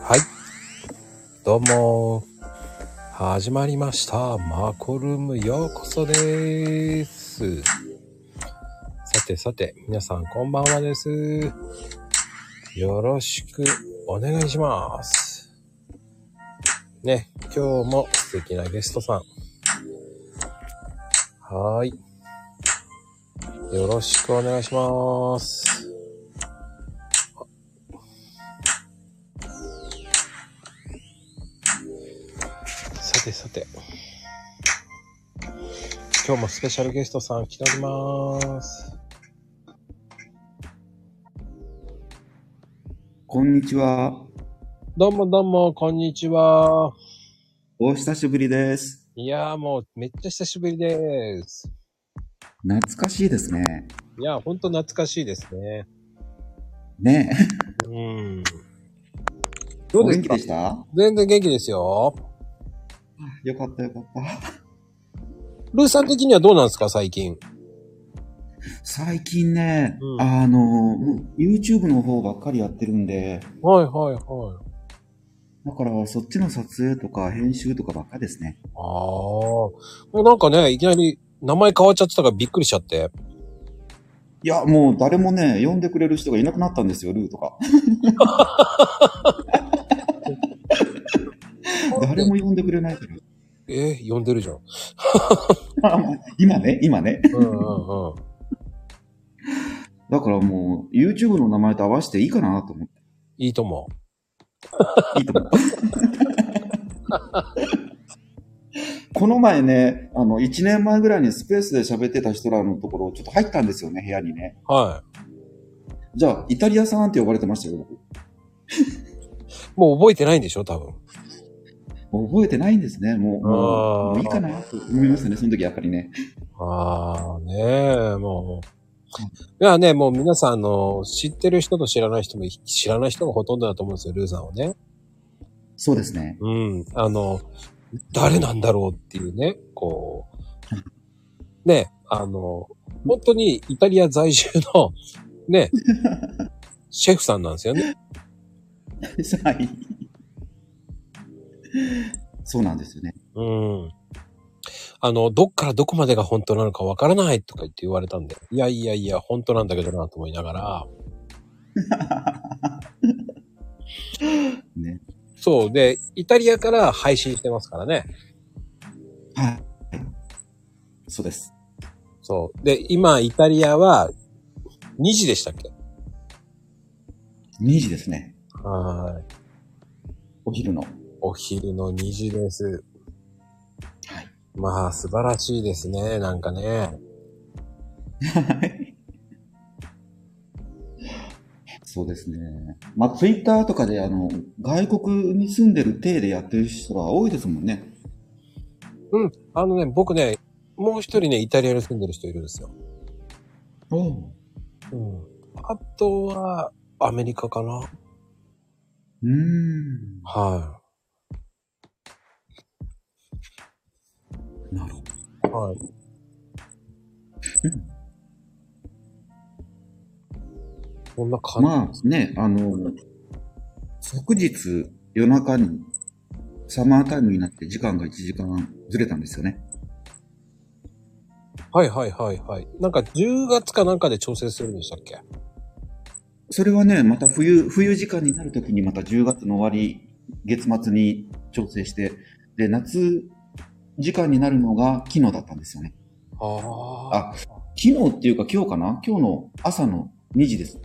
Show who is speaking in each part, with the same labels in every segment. Speaker 1: はい。どうも。始まりました。マコルームようこそです。さてさて、皆さんこんばんはです。よろしくお願いします。ね、今日も素敵なゲストさん。はーい。よろしくお願いします。さてさて。今日もスペシャルゲストさん来ております。
Speaker 2: こんにちは。
Speaker 1: どうもどうも、こんにちは。
Speaker 2: お久しぶりです。
Speaker 1: いやーもうめっちゃ久しぶりです。
Speaker 2: 懐かしいですね。
Speaker 1: いやーほんと懐かしいですね。
Speaker 2: ねえ。
Speaker 1: うん。どうです
Speaker 2: お元
Speaker 1: か
Speaker 2: 気でしたよ
Speaker 1: 全然元気ですよ。
Speaker 2: かったよかった。
Speaker 1: ルーさん的にはどうなんですか、最近。
Speaker 2: 最近ね、
Speaker 1: うん
Speaker 2: あの、もう YouTube の方ばっかりやってるんで、
Speaker 1: はいはいはい。
Speaker 2: だからそっちの撮影とか編集とかばっかですね。
Speaker 1: ああ。もうなんかね、いきなり名前変わっちゃってたからびっくりしちゃって。
Speaker 2: いや、もう誰もね、呼んでくれる人がいなくなったんですよ、ルーとか。誰も呼んでくれないから
Speaker 1: えー呼んでるじゃん。う。
Speaker 2: あまあ今ね、今ね。
Speaker 1: んうんうん。
Speaker 2: だからもう YouTube の名前と合わせていいかなと思って。
Speaker 1: いいと思う。
Speaker 2: いいと思う この前ね、あの、1年前ぐらいにスペースで喋ってた人らのところ、ちょっと入ったんですよね、部屋にね。
Speaker 1: は
Speaker 2: じゃあ、イタリアさんって呼ばれてました
Speaker 1: い。
Speaker 2: よ、
Speaker 1: もう覚えてないんでしょ、多分。
Speaker 2: 僕。覚えてないんですね、もう。
Speaker 1: あー
Speaker 2: もうもういいかなと思いましたね、その時やっぱりね。
Speaker 1: ああ、ねえ、もう。いやね、もう皆さん、あの、知ってる人と知らない人も、知らない人がほとんどだと思うんですよ、ルーさんはね。
Speaker 2: そうですね。
Speaker 1: うん。あの、誰なんだろうっていうね、こう。ね、あの、本当にイタリア在住の、ね、シェフさんなんですよね。
Speaker 2: はい。そうなんですよね。
Speaker 1: うん。あの、どっからどこまでが本当なのかわからないとか言って言われたんで、いやいやいや、本当なんだけどなと思いながら、
Speaker 2: ね。
Speaker 1: そう。で、イタリアから配信してますからね。
Speaker 2: はい。そうです。
Speaker 1: そう。で、今、イタリアは2時でしたっけ
Speaker 2: 2時ですね。
Speaker 1: はーい。
Speaker 2: お昼の。
Speaker 1: お昼の2時です。
Speaker 2: はい。
Speaker 1: まあ、素晴らしいですね。なんかね。
Speaker 2: はいそうですね。まあ、ツイッターとかで、あの、外国に住んでる体でやってる人が多いですもんね。
Speaker 1: あのね、僕ね、もう一人ね、イタリアに住んでる人いるんですよ。
Speaker 2: お
Speaker 1: うん。あとは、アメリカかな
Speaker 2: うん。
Speaker 1: は
Speaker 2: なるほ
Speaker 1: い。はい。こんな
Speaker 2: ど。
Speaker 1: 感じ。
Speaker 2: まあね、あの、昨日夜中にサマータイムになって時間が1時間ずれたんですよね。
Speaker 1: はいはいはいはい。なんか10月かなんかで調整するんでしたっけ
Speaker 2: それはね、また冬、冬時間になるときにまた10月の終わり、月末に調整して、で、夏時間になるのが昨日だったんですよね。
Speaker 1: ああ。
Speaker 2: あ、昨日っていうか今日かな今日の朝の2時です。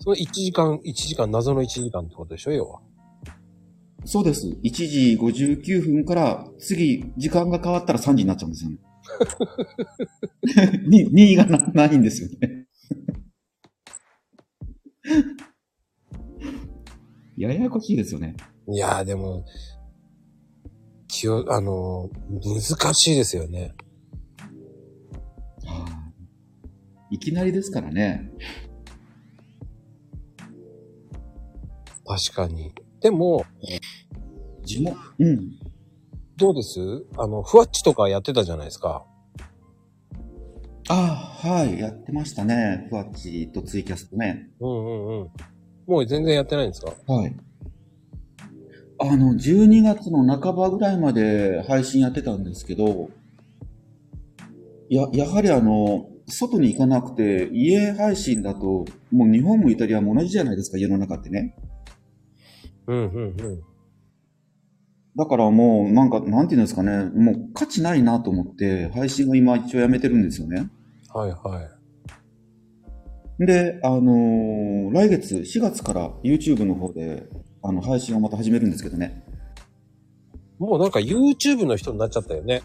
Speaker 1: その1時間、1時間、謎の1時間ってことでしょ要は。
Speaker 2: そうです。1時59分から次、時間が変わったら3時になっちゃうんですよね。 に、2がなないんですよね。 ややこしいですよね。
Speaker 1: いやーでも、気を、あのー難しいですよね。
Speaker 2: はいいきなりですからね。
Speaker 1: 確かに。でも、
Speaker 2: 地元、うん。
Speaker 1: どうですあの、ふわっちとかやってたじゃないですか。
Speaker 2: ああ、はい。やってましたね。ふわっちとツイキャストね。
Speaker 1: うんうんうん。もう全然やってないんですか
Speaker 2: はい。あの、12月の半ばぐらいまで配信やってたんですけど、や、やはりあの、外に行かなくて、家配信だと、もう日本もイタリアも同じじゃないですか、家の中ってね。
Speaker 1: うんうんうん。
Speaker 2: だからもう、なんか、なんていうんですかね、もう価値ないなと思って、配信を今一応やめてるんですよね。
Speaker 1: はいはい。
Speaker 2: で、あのー来月4月から YouTube の方で、あの、配信をまた始めるんですけどね。
Speaker 1: もうなんか YouTube の人になっちゃったよね。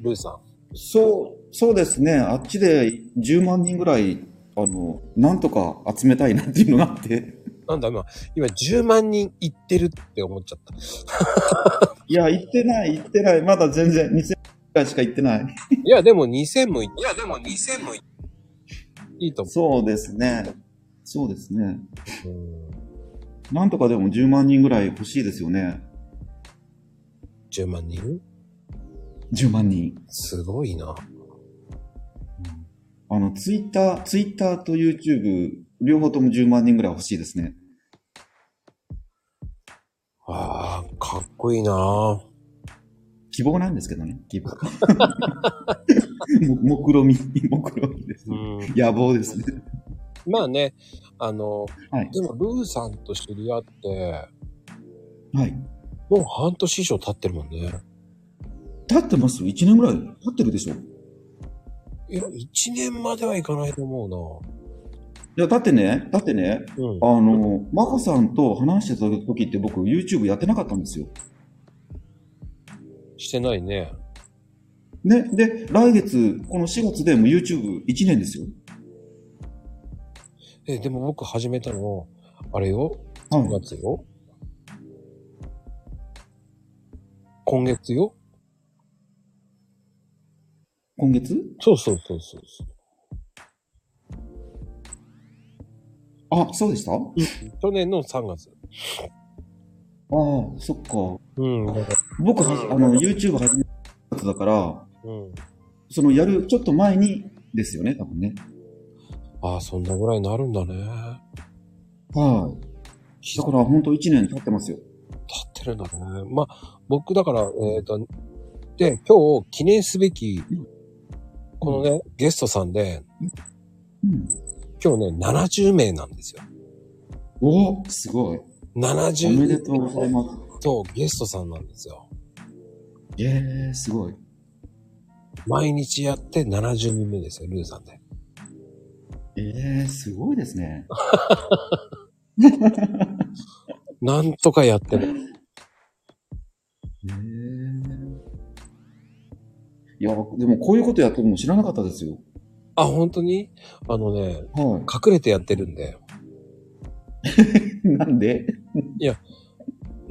Speaker 1: ルーさん。
Speaker 2: そう、そうですね。あっちで10万人ぐらい、あの、なんとか集めたいなっていうのがあ って。
Speaker 1: なんだ今、今10万人行ってるって思っちゃった。
Speaker 2: いや、行ってない、行ってない。まだ全然、2000回しか行ってない。
Speaker 1: いや、でも2000もいいや、でも2000もいいいと思
Speaker 2: そうですね。そうですね。
Speaker 1: う。うん
Speaker 2: なんとかでも10万人ぐらい欲しいですよね。
Speaker 1: 10万人
Speaker 2: 10万人。
Speaker 1: すごいな。
Speaker 2: あの、ツイッター、ツイッターと YouTube、両方とも10万人ぐらい欲しいですね。
Speaker 1: ああ、かっこいいな。
Speaker 2: 希望なんですけどね、希望。 も目論み、目論みです。
Speaker 1: うん、
Speaker 2: 野望ですね。
Speaker 1: まあね、あの、
Speaker 2: はい
Speaker 1: でもルーさんと知り合って、
Speaker 2: はい。
Speaker 1: もう半年以上経ってるもんね。
Speaker 2: 経ってます ?1 年ぐらい経ってるでしょい
Speaker 1: いや、1年まではいかないと思
Speaker 2: や、だってね、だってね、
Speaker 1: うな。うん
Speaker 2: あ。の、マコさんと話してた時って僕 YouTube やってなかったんですよ。
Speaker 1: してないね。
Speaker 2: ね、で、来月、この4月でもう YouTube1 年ですよ。
Speaker 1: え、でも僕始めたの、あれよ、
Speaker 2: はい
Speaker 1: 今。月よ。今月よ。
Speaker 2: 今月
Speaker 1: そうそうそうそうそ
Speaker 2: あ、そうでしたああ、
Speaker 1: う。去年の3月。
Speaker 2: そっか。
Speaker 1: うん。だから
Speaker 2: 僕は、あの、YouTube 始めたやつだから、
Speaker 1: うん。
Speaker 2: そのやるちょっと前にですよね、多分ね。
Speaker 1: ああ、そんなぐらいになるんだね。
Speaker 2: はい。だから本当1年経ってますよ。
Speaker 1: 経ってるんだね。まあ、僕だから、えっ、と、で、今日記念すべき
Speaker 2: うん、
Speaker 1: このね、ゲストさんで、
Speaker 2: うん。
Speaker 1: 今日ね、70名なんですよ。
Speaker 2: おすごい。お
Speaker 1: 70
Speaker 2: め
Speaker 1: 名
Speaker 2: でとうございます。
Speaker 1: とゲストさんなんですよ。
Speaker 2: えー、すごい。
Speaker 1: 毎日やって70人目ですよ、ルーさんで。
Speaker 2: えー、すごいですね。
Speaker 1: なんとかやってる。
Speaker 2: えー。いや、でもこういうことやってるの知らなかったですよ。
Speaker 1: あ、本当にあのね、
Speaker 2: は
Speaker 1: 隠れてやってるんで。
Speaker 2: い。 なんで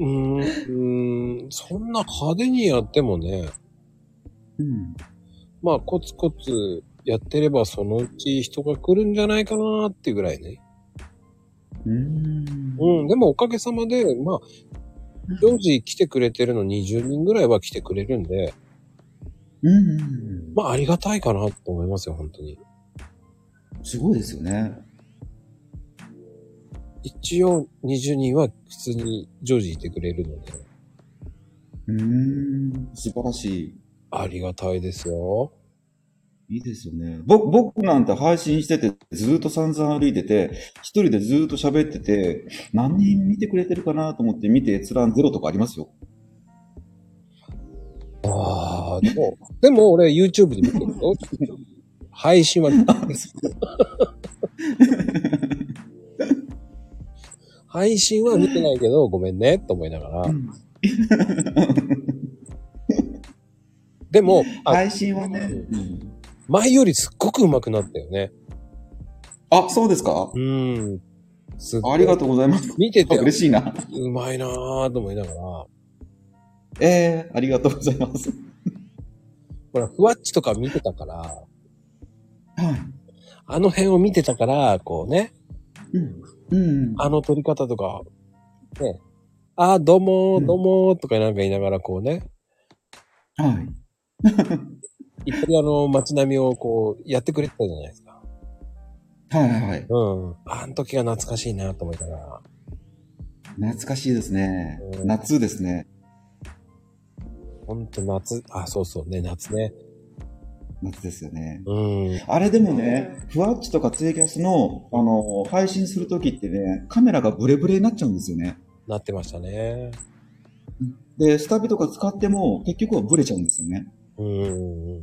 Speaker 1: うーん、うーんそんな派手にやってもね、
Speaker 2: うん。
Speaker 1: まあコツコツやってればそのうち人が来るんじゃないかなっていうぐらいね。
Speaker 2: うーん。
Speaker 1: うん、でもおかげさまで、まあ、常時来てくれてるの20人ぐらいは来てくれるんで、
Speaker 2: うんうん
Speaker 1: まあありがたいかなと思いますよ、本当に。
Speaker 2: うん。すごいですよね。
Speaker 1: 一応20人は普通に常時いてくれるので、
Speaker 2: うーん。素晴らしい。
Speaker 1: ありがたいですよ。
Speaker 2: いいですよね。僕、僕なんて配信してて、ずーっと散々歩いてて、一人でずーっと喋ってて、何人見てくれてるかなと思って見て閲覧ゼロとかありますよ。
Speaker 1: ああ、でも、でも俺 YouTube で見てるよ。配信は見 てないです。配信は見てないけど、ごめんね、と思いながら。 でも、あ
Speaker 2: 配信はね。
Speaker 1: 前よりすっごく上手くなったよね。
Speaker 2: あ、そうですか
Speaker 1: うん。すっごい
Speaker 2: ありがとうございます。
Speaker 1: 見てて、
Speaker 2: 嬉しいな。
Speaker 1: うまいなぁと思いながら。ほ
Speaker 2: ええありがとうございます。
Speaker 1: ら、ふわっちとか見てたから、
Speaker 2: はい。
Speaker 1: あの辺を見てたから、こうね、
Speaker 2: うん。うん。
Speaker 1: あの撮り方とか、ね、あー、どうも
Speaker 2: う
Speaker 1: ー、
Speaker 2: ん
Speaker 1: どうもーとかなんか言いながら、こうね、
Speaker 2: はい。
Speaker 1: イタリアの街並みをこう、やってくれてたじゃないですか。
Speaker 2: はいはいはい。
Speaker 1: うん。あの時が懐かしいなと思いながら。
Speaker 2: 懐かしいですね。夏ですね。
Speaker 1: ほんと夏、あ、そうそうね、夏ね。
Speaker 2: 夏ですよね。
Speaker 1: うん。
Speaker 2: あれでもね、ふわっちとかツイキャスの、あの、配信するときってね、カメラがブレブレになっちゃうんですよね。
Speaker 1: なってましたね。
Speaker 2: で、スタビとか使っても、結局はブレちゃうんですよね。
Speaker 1: うん。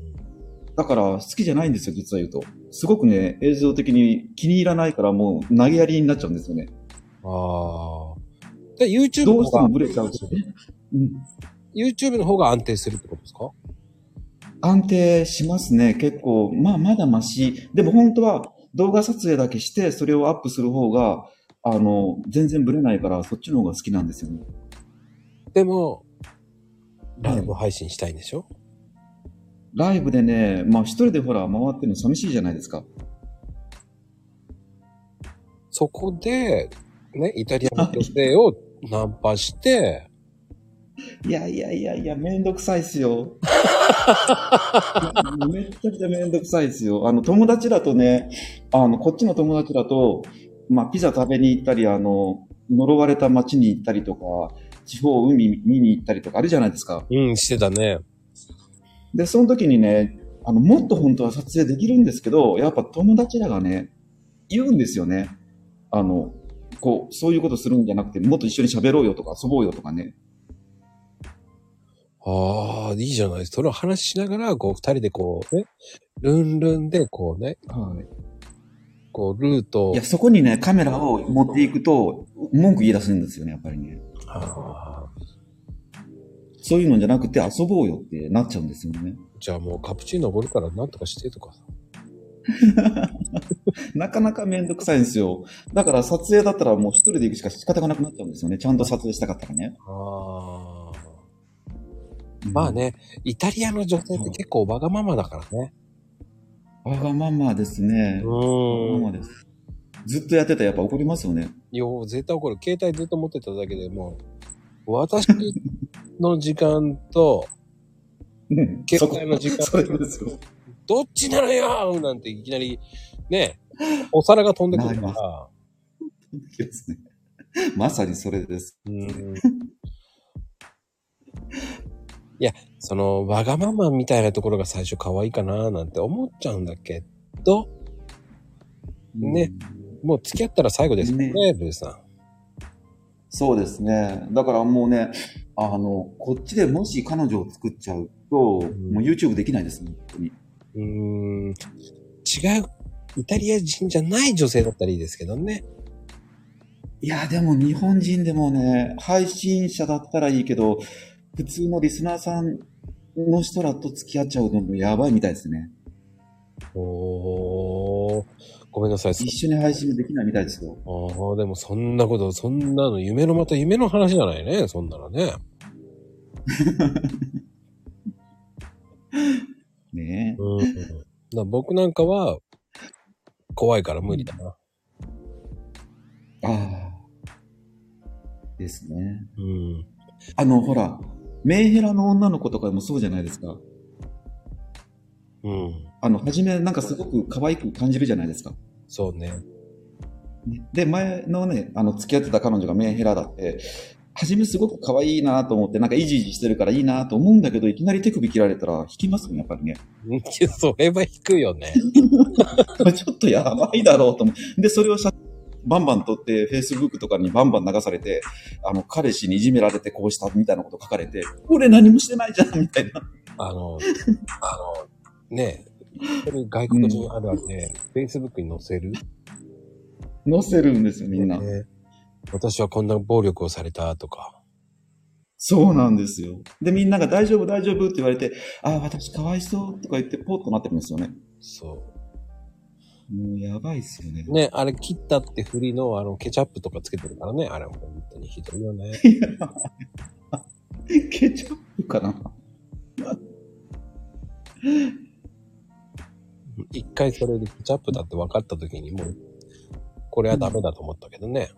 Speaker 2: だから、好きじゃないんですよ、実は言うと。すごくね、映像的に気に入らないから、もう投げやりになっちゃうんですよね。
Speaker 1: ああ。で、YouTube
Speaker 2: ど
Speaker 1: の
Speaker 2: うし
Speaker 1: 方
Speaker 2: て
Speaker 1: が
Speaker 2: も、ブレちゃうんですよね。うん。
Speaker 1: YouTube の方が安定するってことですか
Speaker 2: 安定しますね、結構。まあ、まだマシ。でも本当は動画撮影だけして、それをアップする方が、あの、全然ブレないから、そっちの方が好きなんですよね。
Speaker 1: でも、ライブ配信したいんでしょ、
Speaker 2: ライブでね、まあ一人でほら回ってるの寂しいじゃないですか。
Speaker 1: そこで、ね、イタリアの女性をナンパして、
Speaker 2: いやいやいやいや、めんどくさいっすよ。 めっちゃくちゃめんどくさいっすよ。あの、友達だとね、あの、こっちの友達だと、まあ、ピザ食べに行ったり、あの、呪われた街に行ったりとか、地方海見に行ったりとかあるじゃないですか。
Speaker 1: うん、してたね。
Speaker 2: で、その時にね、あの、もっと本当は撮影できるんですけど、やっぱ友達らがね、言うんですよね。あの、こう、そういうことするんじゃなくて、もっと一緒に喋ろうよとか遊ぼうよとかね。
Speaker 1: ああ、いいじゃない。それを話しながら、こう、二人でこう、ね、ルンルンで、こうね、
Speaker 2: はい。
Speaker 1: こう、ルートを
Speaker 2: いや、そこにね、カメラを持っていくと、文句言い出すんですよね、やっぱりね。
Speaker 1: あー
Speaker 2: そういうのじゃなくて、遊ぼうよってなっちゃうんですよね。
Speaker 1: じゃあもうカプチーノ登るからなんとかしてとかさ。
Speaker 2: なかなかめんどくさいんですよ。だから撮影だったらもう一人で行くしか仕方がなくなっちゃうんですよね。ちゃんと撮影したかったらね。
Speaker 1: ああ。まあ。ね、イタリアの女性って結構わがままだからね。
Speaker 2: わがままですね。わが
Speaker 1: う
Speaker 2: ままです。ずっとやってたらやっぱ怒りますよね。
Speaker 1: いや、絶対これ携帯ずっと持ってただけでもう、私の時間と、
Speaker 2: うん
Speaker 1: 携
Speaker 2: そこ
Speaker 1: 帯の時間
Speaker 2: それですよ。
Speaker 1: どっちなのよなんていきなり、ね、お皿が飛んでくるから。
Speaker 2: ですねまさにそれです。
Speaker 1: うん。いや、その、わがままみたいなところが最初可愛いかななんて思っちゃうんだけど、ねもう付き合ったら最後ですよね、
Speaker 2: ね
Speaker 1: ブーさ
Speaker 2: そうですね。だからもうね、あの、こっちでもし彼女を作っちゃうと、
Speaker 1: ん
Speaker 2: もう YouTube できないですね、本当に。
Speaker 1: ん。うーん。違う、イタリア人じゃない女性だったらいいですけどね。
Speaker 2: いや、でも日本人でもね、配信者だったらいいけど、普通のリスナーさんの人らと付き合っちゃうのもやばいみたいですね。
Speaker 1: おー。ごめんなさい。そ
Speaker 2: 一緒に配信できないみたいですよ。
Speaker 1: ああ、でもそんなこと、そんなの夢のまた夢の話じゃないね。そんなのね。
Speaker 2: ねえ。
Speaker 1: うん。 だから僕なんかは、怖いから無理だな。
Speaker 2: ああ。ですね。
Speaker 1: うん。
Speaker 2: あの、ほら、メンヘラの女の子とかもそうじゃないですか。
Speaker 1: うん。
Speaker 2: あの、初めなんかすごく可愛く感じるじゃないですか。
Speaker 1: そうね。
Speaker 2: で、前のね、あの、付き合ってた彼女がメンヘラだって、初めすごく可愛いなと思って、なんかイジイジしてるからいいなと思うんだけど、いきなり手首切られたら引きますよね、やっぱりね。
Speaker 1: うんそれは引くよね。
Speaker 2: ちょっとやばいだろうと思う。で、それを写バンバン撮って、Facebook とかにバンバン流されて、あの、彼氏にいじめられてこうしたみたいなこと書かれて、俺何もしてないじゃん、みたいな。
Speaker 1: あ の、あの、ねえ、これ外国人あるあるで、Facebook に載せる、
Speaker 2: 載せるんですよ、みんな。
Speaker 1: ね私はこんな暴力をされたとか。
Speaker 2: そうなんですよ。で、みんなが大丈夫、大丈夫って言われて、ああ、私かわいそうとか言って、ポッとなってくるんですよね。
Speaker 1: そ
Speaker 2: もうやばいっすよね
Speaker 1: う。。ね、あれ切ったって振りの、あの、ケチャップとかつけてるからね。あれ本当にひどいよ ね。
Speaker 2: ケチャップかな
Speaker 1: 一回それでケチャップだって分かった時にもう、これはダメだと思ったけどね。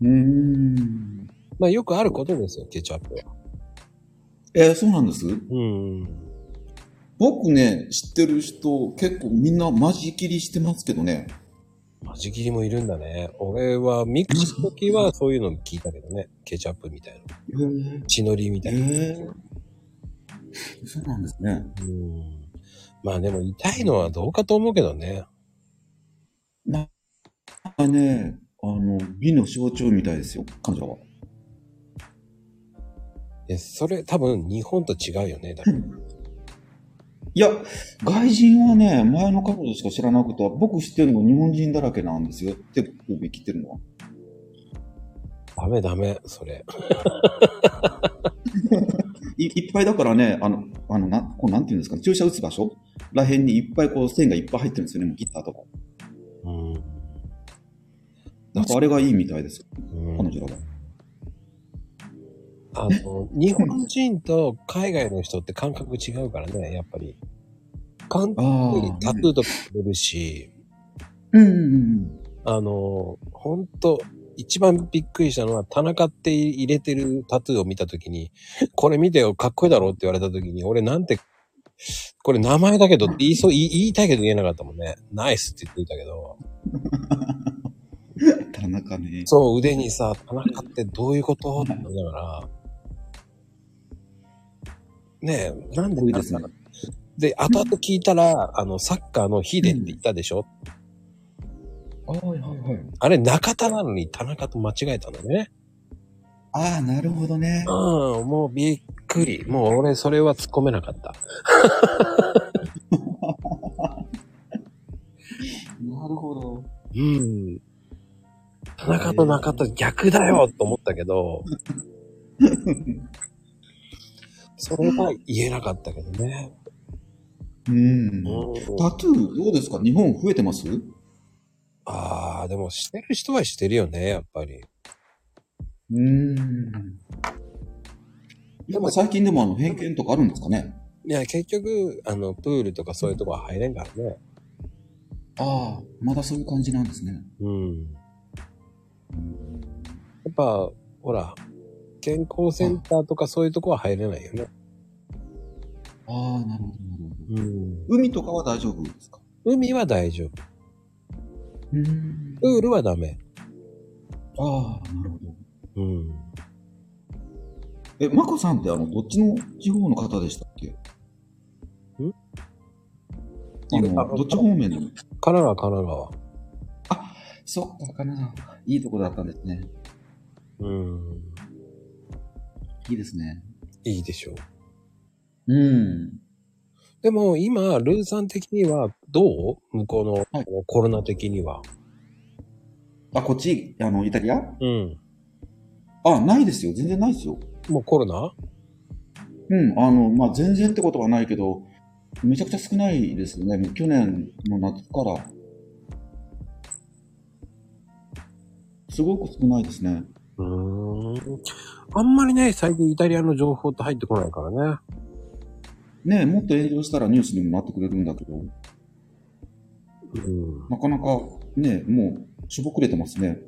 Speaker 2: うーん。
Speaker 1: まあよくあることですよ、ケチャップは。
Speaker 2: えーそうなんです
Speaker 1: うん。
Speaker 2: 僕ね、知ってる人、結構みんなマジ切りしてますけどね。
Speaker 1: マジ切りもいるんだね。俺はミクシィの時はそういうの聞いたけどね。ケチャップみたいな。
Speaker 2: えー、
Speaker 1: 血のりみたいな。
Speaker 2: えー、そうなんですね。
Speaker 1: うん。まあでも痛いのはどうかと思うけどね。
Speaker 2: ななんかね、あの、美の象徴みたいですよ、彼女は。
Speaker 1: え、それ多分日本と違うよね。だから
Speaker 2: いや、外人はね、前の彼女しか知らなくて、僕知ってるの日本人だらけなんですよ。手首切ってるのは。
Speaker 1: ダメダメ、それ。
Speaker 2: いいっぱいだからね、あの、あの、な、こうなんていうんですか、注射打つ場所らへんにいっぱいこう線がいっぱい入ってるんですよね、もうギターとか。
Speaker 1: うん。
Speaker 2: なんかあれがいいみたいですよ、
Speaker 1: うん
Speaker 2: 彼女らは。
Speaker 1: あの、日本人と海外の人って感覚違うからね、やっぱり。簡単
Speaker 2: あ
Speaker 1: にタ
Speaker 2: あ
Speaker 1: トゥーとか出るし、
Speaker 2: うんうんうん。
Speaker 1: あの、ほんと、一番びっくりしたのは、田中って入れてるタトゥーを見たときに、これ見てよ、かっこいいだろって言われたときに、俺なんて、これ名前だけどって言いそう、言い言いたいけど言えなかったもんね。ナイスって言っていたけど、
Speaker 2: うん。田中ね。
Speaker 1: そう腕にさ、田中ってどういうことって思いながら、ねえ、なんで
Speaker 2: 多いですね。
Speaker 1: で、後々聞いたら、あの、サッカーのヒデって言ったでしょ、
Speaker 2: はいはいはい。
Speaker 1: あれ、中田なのに田中と間違えたんだね。
Speaker 2: ああ、なるほどね。
Speaker 1: うん、もうびっくり。もう俺、それは突っ込めなかった。
Speaker 2: なるほど。
Speaker 1: うん。田中と中田逆だよと思ったけ ど、それは言えなかったけどね。
Speaker 2: うん。
Speaker 1: うん
Speaker 2: タトゥーどうですか日本増えてます
Speaker 1: ああ、でもしてる人はしてるよね、やっぱり。
Speaker 2: うん。やっぱ最近でもあの偏見とかあるんですかね
Speaker 1: いや、結局、あの、プールとかそういうとこは入れんからね。
Speaker 2: ああ、まだそういう感じなんですね。
Speaker 1: うん。やっぱ、ほら、健康センターとかそういうとこは入れないよね。
Speaker 2: ああ、なるほど、なるほど。
Speaker 1: うん。
Speaker 2: 海とかは大丈夫ですか
Speaker 1: 海は大丈夫。
Speaker 2: うん
Speaker 1: プールはダメ。
Speaker 2: ああ、なるほど。
Speaker 1: うん。
Speaker 2: え、マコさんってあの、どっちの地方の方でしたっけんあ
Speaker 1: いやあの
Speaker 2: の、どっち方面の
Speaker 1: 神奈川、神奈川。
Speaker 2: そっか、神奈川。いいとこだったんですね。
Speaker 1: うん。
Speaker 2: いいですね。
Speaker 1: いいでしょう。
Speaker 2: うん。
Speaker 1: でも、今、ルーさん的には、どう向こうの、
Speaker 2: はい
Speaker 1: このコロナ的には。
Speaker 2: あ、こっち、あの、イタリア
Speaker 1: うん。
Speaker 2: あ、ないですよ。全然ないですよ。
Speaker 1: もうコロナ
Speaker 2: うん、あの、まあ、全然ってことはないけど、めちゃくちゃ少ないですね。もう去年の夏から。すごく少ないですね。
Speaker 1: うーん。あんまりね、最近イタリアの情報って入ってこないからね。
Speaker 2: ねえ、もっと炎上したらニュースにもなってくれるんだけど、
Speaker 1: うん。
Speaker 2: なかなかねえ、もう、しょぼくれてますね。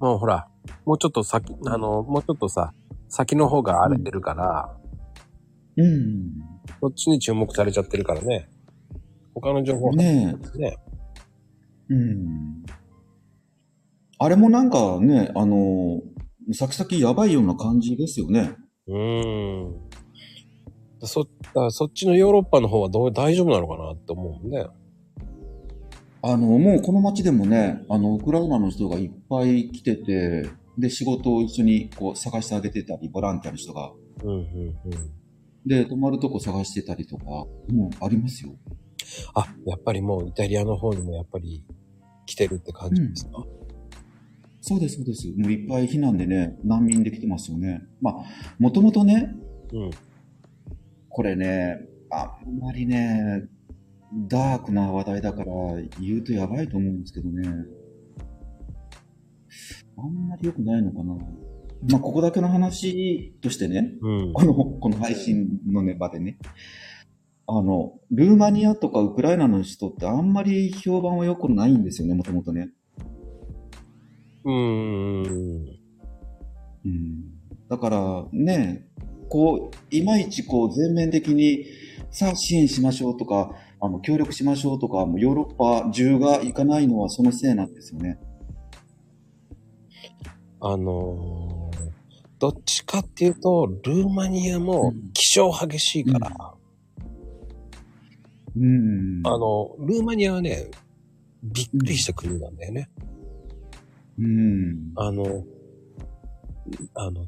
Speaker 1: もうほら、もうちょっと先、あの、もうちょっとさ、先の方が荒れてるから、
Speaker 2: うん。
Speaker 1: そっちに注目されちゃってるからね。他の情報ね。
Speaker 2: ねえ、うん。あれもなんかね、あの、先々やばいような感じですよね。
Speaker 1: うーん。そ、だからそっちのヨーロッパの方はどう大丈夫なのかなって思うもんね。
Speaker 2: あの、もうこの街でもね、あの、ウクライナの人がいっぱい来てて、で、仕事を一緒にこう探してあげてたり、ボランティアの人が。
Speaker 1: うんうんうん。
Speaker 2: で、泊まるとこ探してたりとか、もうありますよ。
Speaker 1: あ、やっぱりもうイタリアの方にもやっぱり来てるって感じですか、
Speaker 2: そうです、そうです。もういっぱい避難でね、難民できてますよね。まあ、もともとね、
Speaker 1: うん、
Speaker 2: これね、あんまりね、ダークな話題だから言うとやばいと思うんですけどね。あんまり良くないのかな。まあ、ここだけの話としてね、
Speaker 1: うん。
Speaker 2: この、この配信のね、場でね。あの、ルーマニアとかウクライナの人ってあんまり評判は良くないんですよね、もともとね。
Speaker 1: うん。うん。
Speaker 2: うん。だから、ね、こう、いまいちこう、全面的に、さあ支援しましょうとか、あの、協力しましょうとか、もうヨーロッパ中が行かないのはそのせいなんですよね。
Speaker 1: あのーどっちかっていうと、ルーマニアも
Speaker 2: うん
Speaker 1: 気象激しいから、
Speaker 2: うん。
Speaker 1: あの、ルーマニアはね、びっくりした国なんだよね。
Speaker 2: うん。
Speaker 1: あの、あの、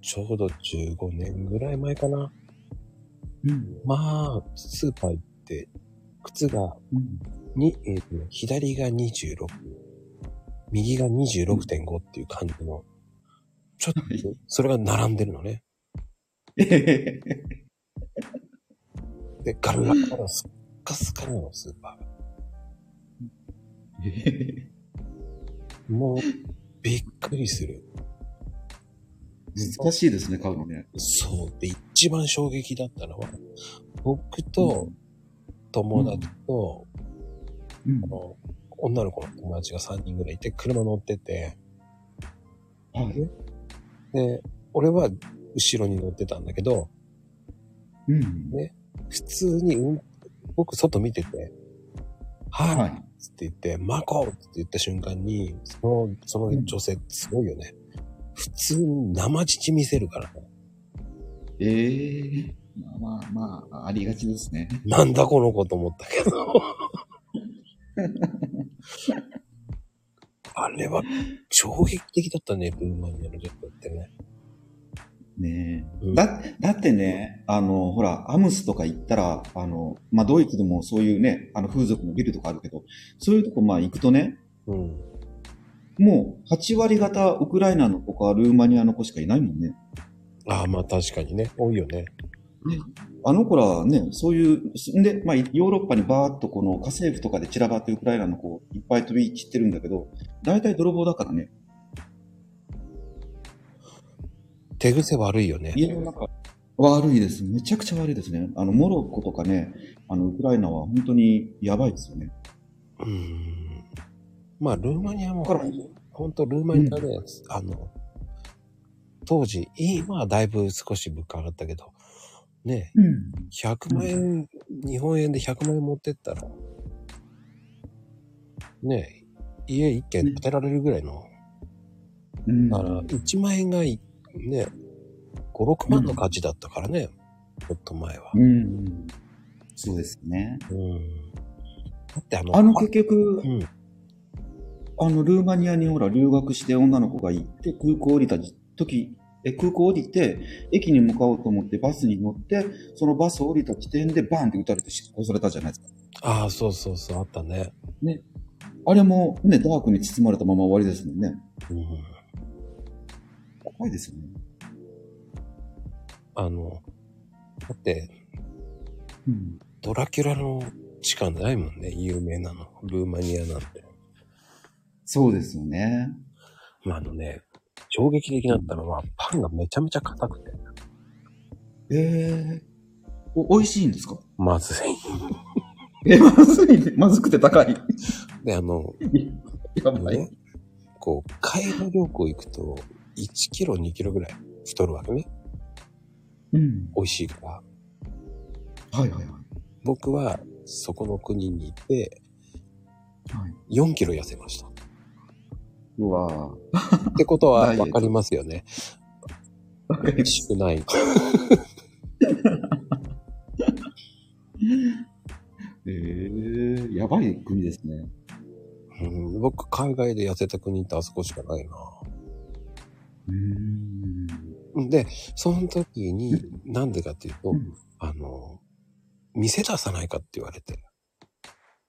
Speaker 1: ちょうど15年ぐらい前かな。
Speaker 2: うん。
Speaker 1: まあ、スーパー行って、靴が
Speaker 2: うん
Speaker 1: に、えーとね左が26、右が26.5っていう感じの、ちょっと
Speaker 2: はい、
Speaker 1: それが並んでるのね。
Speaker 2: えへへへ
Speaker 1: で、ガラガラスッカスカなの、スーパーが。
Speaker 2: えへへ
Speaker 1: もう、びっくりする。
Speaker 2: 難しいですね、買うのね。
Speaker 1: そう。で、一番衝撃だったのは、僕と友達と、
Speaker 2: うん、
Speaker 1: あの女の子の友達が3人ぐらいいて、車乗ってて、
Speaker 2: はい。
Speaker 1: で、俺は後ろに乗ってたんだけど、
Speaker 2: うん。
Speaker 1: ね普通に、うん、僕外見てて、はい、
Speaker 2: はい。
Speaker 1: って言って、マコって言った瞬間に、その、その女性すごいよね。普通に生乳見せるからね。
Speaker 2: ええまあまあ、ありがちですね。
Speaker 1: なんだこの子と思ったけ ど。あれは衝撃的だったね、ルーマニアの女性ってね。
Speaker 2: ねえ
Speaker 1: うん
Speaker 2: だ、だってね、あの、ほら、アムスとか行ったら、あの、まあ、ドイツでもそういうね、あの、風俗のビルとかあるけど、そういうとこ、まあ、行くとね、
Speaker 1: うん。
Speaker 2: もう、8割方、ウクライナの子か、ルーマニアの子しかいないもんね。
Speaker 1: ああ、まあ確かにね。多いよね。
Speaker 2: あの子らね、そういう、んで、まあ、ヨーロッパにバーっとこの、家政婦とかで散らばってウクライナの子、いっぱい飛び散ってるんだけど、大体泥棒だからね、
Speaker 1: 手癖悪いよね。
Speaker 2: 家の中、悪いです。めちゃくちゃ悪いですね。あの、モロッコとかね、あの、ウクライナは本当にやばいですよね。
Speaker 1: うん。まあ、ルーマニアも
Speaker 2: だから、
Speaker 1: 本当ルーマニアで、あの、当時、今はだいぶ少し物価上がったけど、ね、
Speaker 2: うん。
Speaker 1: 100万円、日本円で100万円持ってったら、ね、家1軒建てられるぐらいの、
Speaker 2: うん
Speaker 1: だから1万円がい、ね、5、6万の価値だったからね、ちょっと前は
Speaker 2: う。ん。そうですね。
Speaker 1: うん。だってあの、
Speaker 2: あの、結局
Speaker 1: う、ん、
Speaker 2: あの、ルーマニアにほら、留学して女の子が行って、空港降りた時、え、空港降りて、駅に向かおうと思ってバスに乗って、そのバスを降りた時点でバーンって撃たれて殺されたじゃないですか。
Speaker 1: ああ、そうそうそう、あったね。
Speaker 2: あれもね、ダークに包まれたまま終わりですもんね。
Speaker 1: うん
Speaker 2: 怖いですよね。
Speaker 1: あの、だって、
Speaker 2: うん。
Speaker 1: ドラキュラの地下ないもんね、有名なの。ルーマニアなんて。
Speaker 2: そうですよね。
Speaker 1: まあ、あのね、衝撃的だったのは、パンがめちゃめちゃ硬くて、
Speaker 2: ええお、美味しいんですか
Speaker 1: まずい。
Speaker 2: え、まずい、まずくて高い。
Speaker 1: で、あの、
Speaker 2: や
Speaker 1: ね、こう、海外旅行行くと、1キロ、2キロぐらい太るわけね。
Speaker 2: うん。
Speaker 1: 美味しいから。
Speaker 2: はいはいはい。
Speaker 1: 僕は、そこの国に行って、
Speaker 2: はい、
Speaker 1: 4キロ痩せました。
Speaker 2: うわぁ。
Speaker 1: ってことは、
Speaker 2: ダイエット
Speaker 1: わかりますよね。
Speaker 2: わかり
Speaker 1: 美味しくない。
Speaker 2: えー、やばい国ですね。
Speaker 1: うん、僕、海外で痩せた国ってあそこしかないな。
Speaker 2: うーん。
Speaker 1: で、その時に、なんでかっていうと、
Speaker 2: うん
Speaker 1: あの、店出さないかって言われて、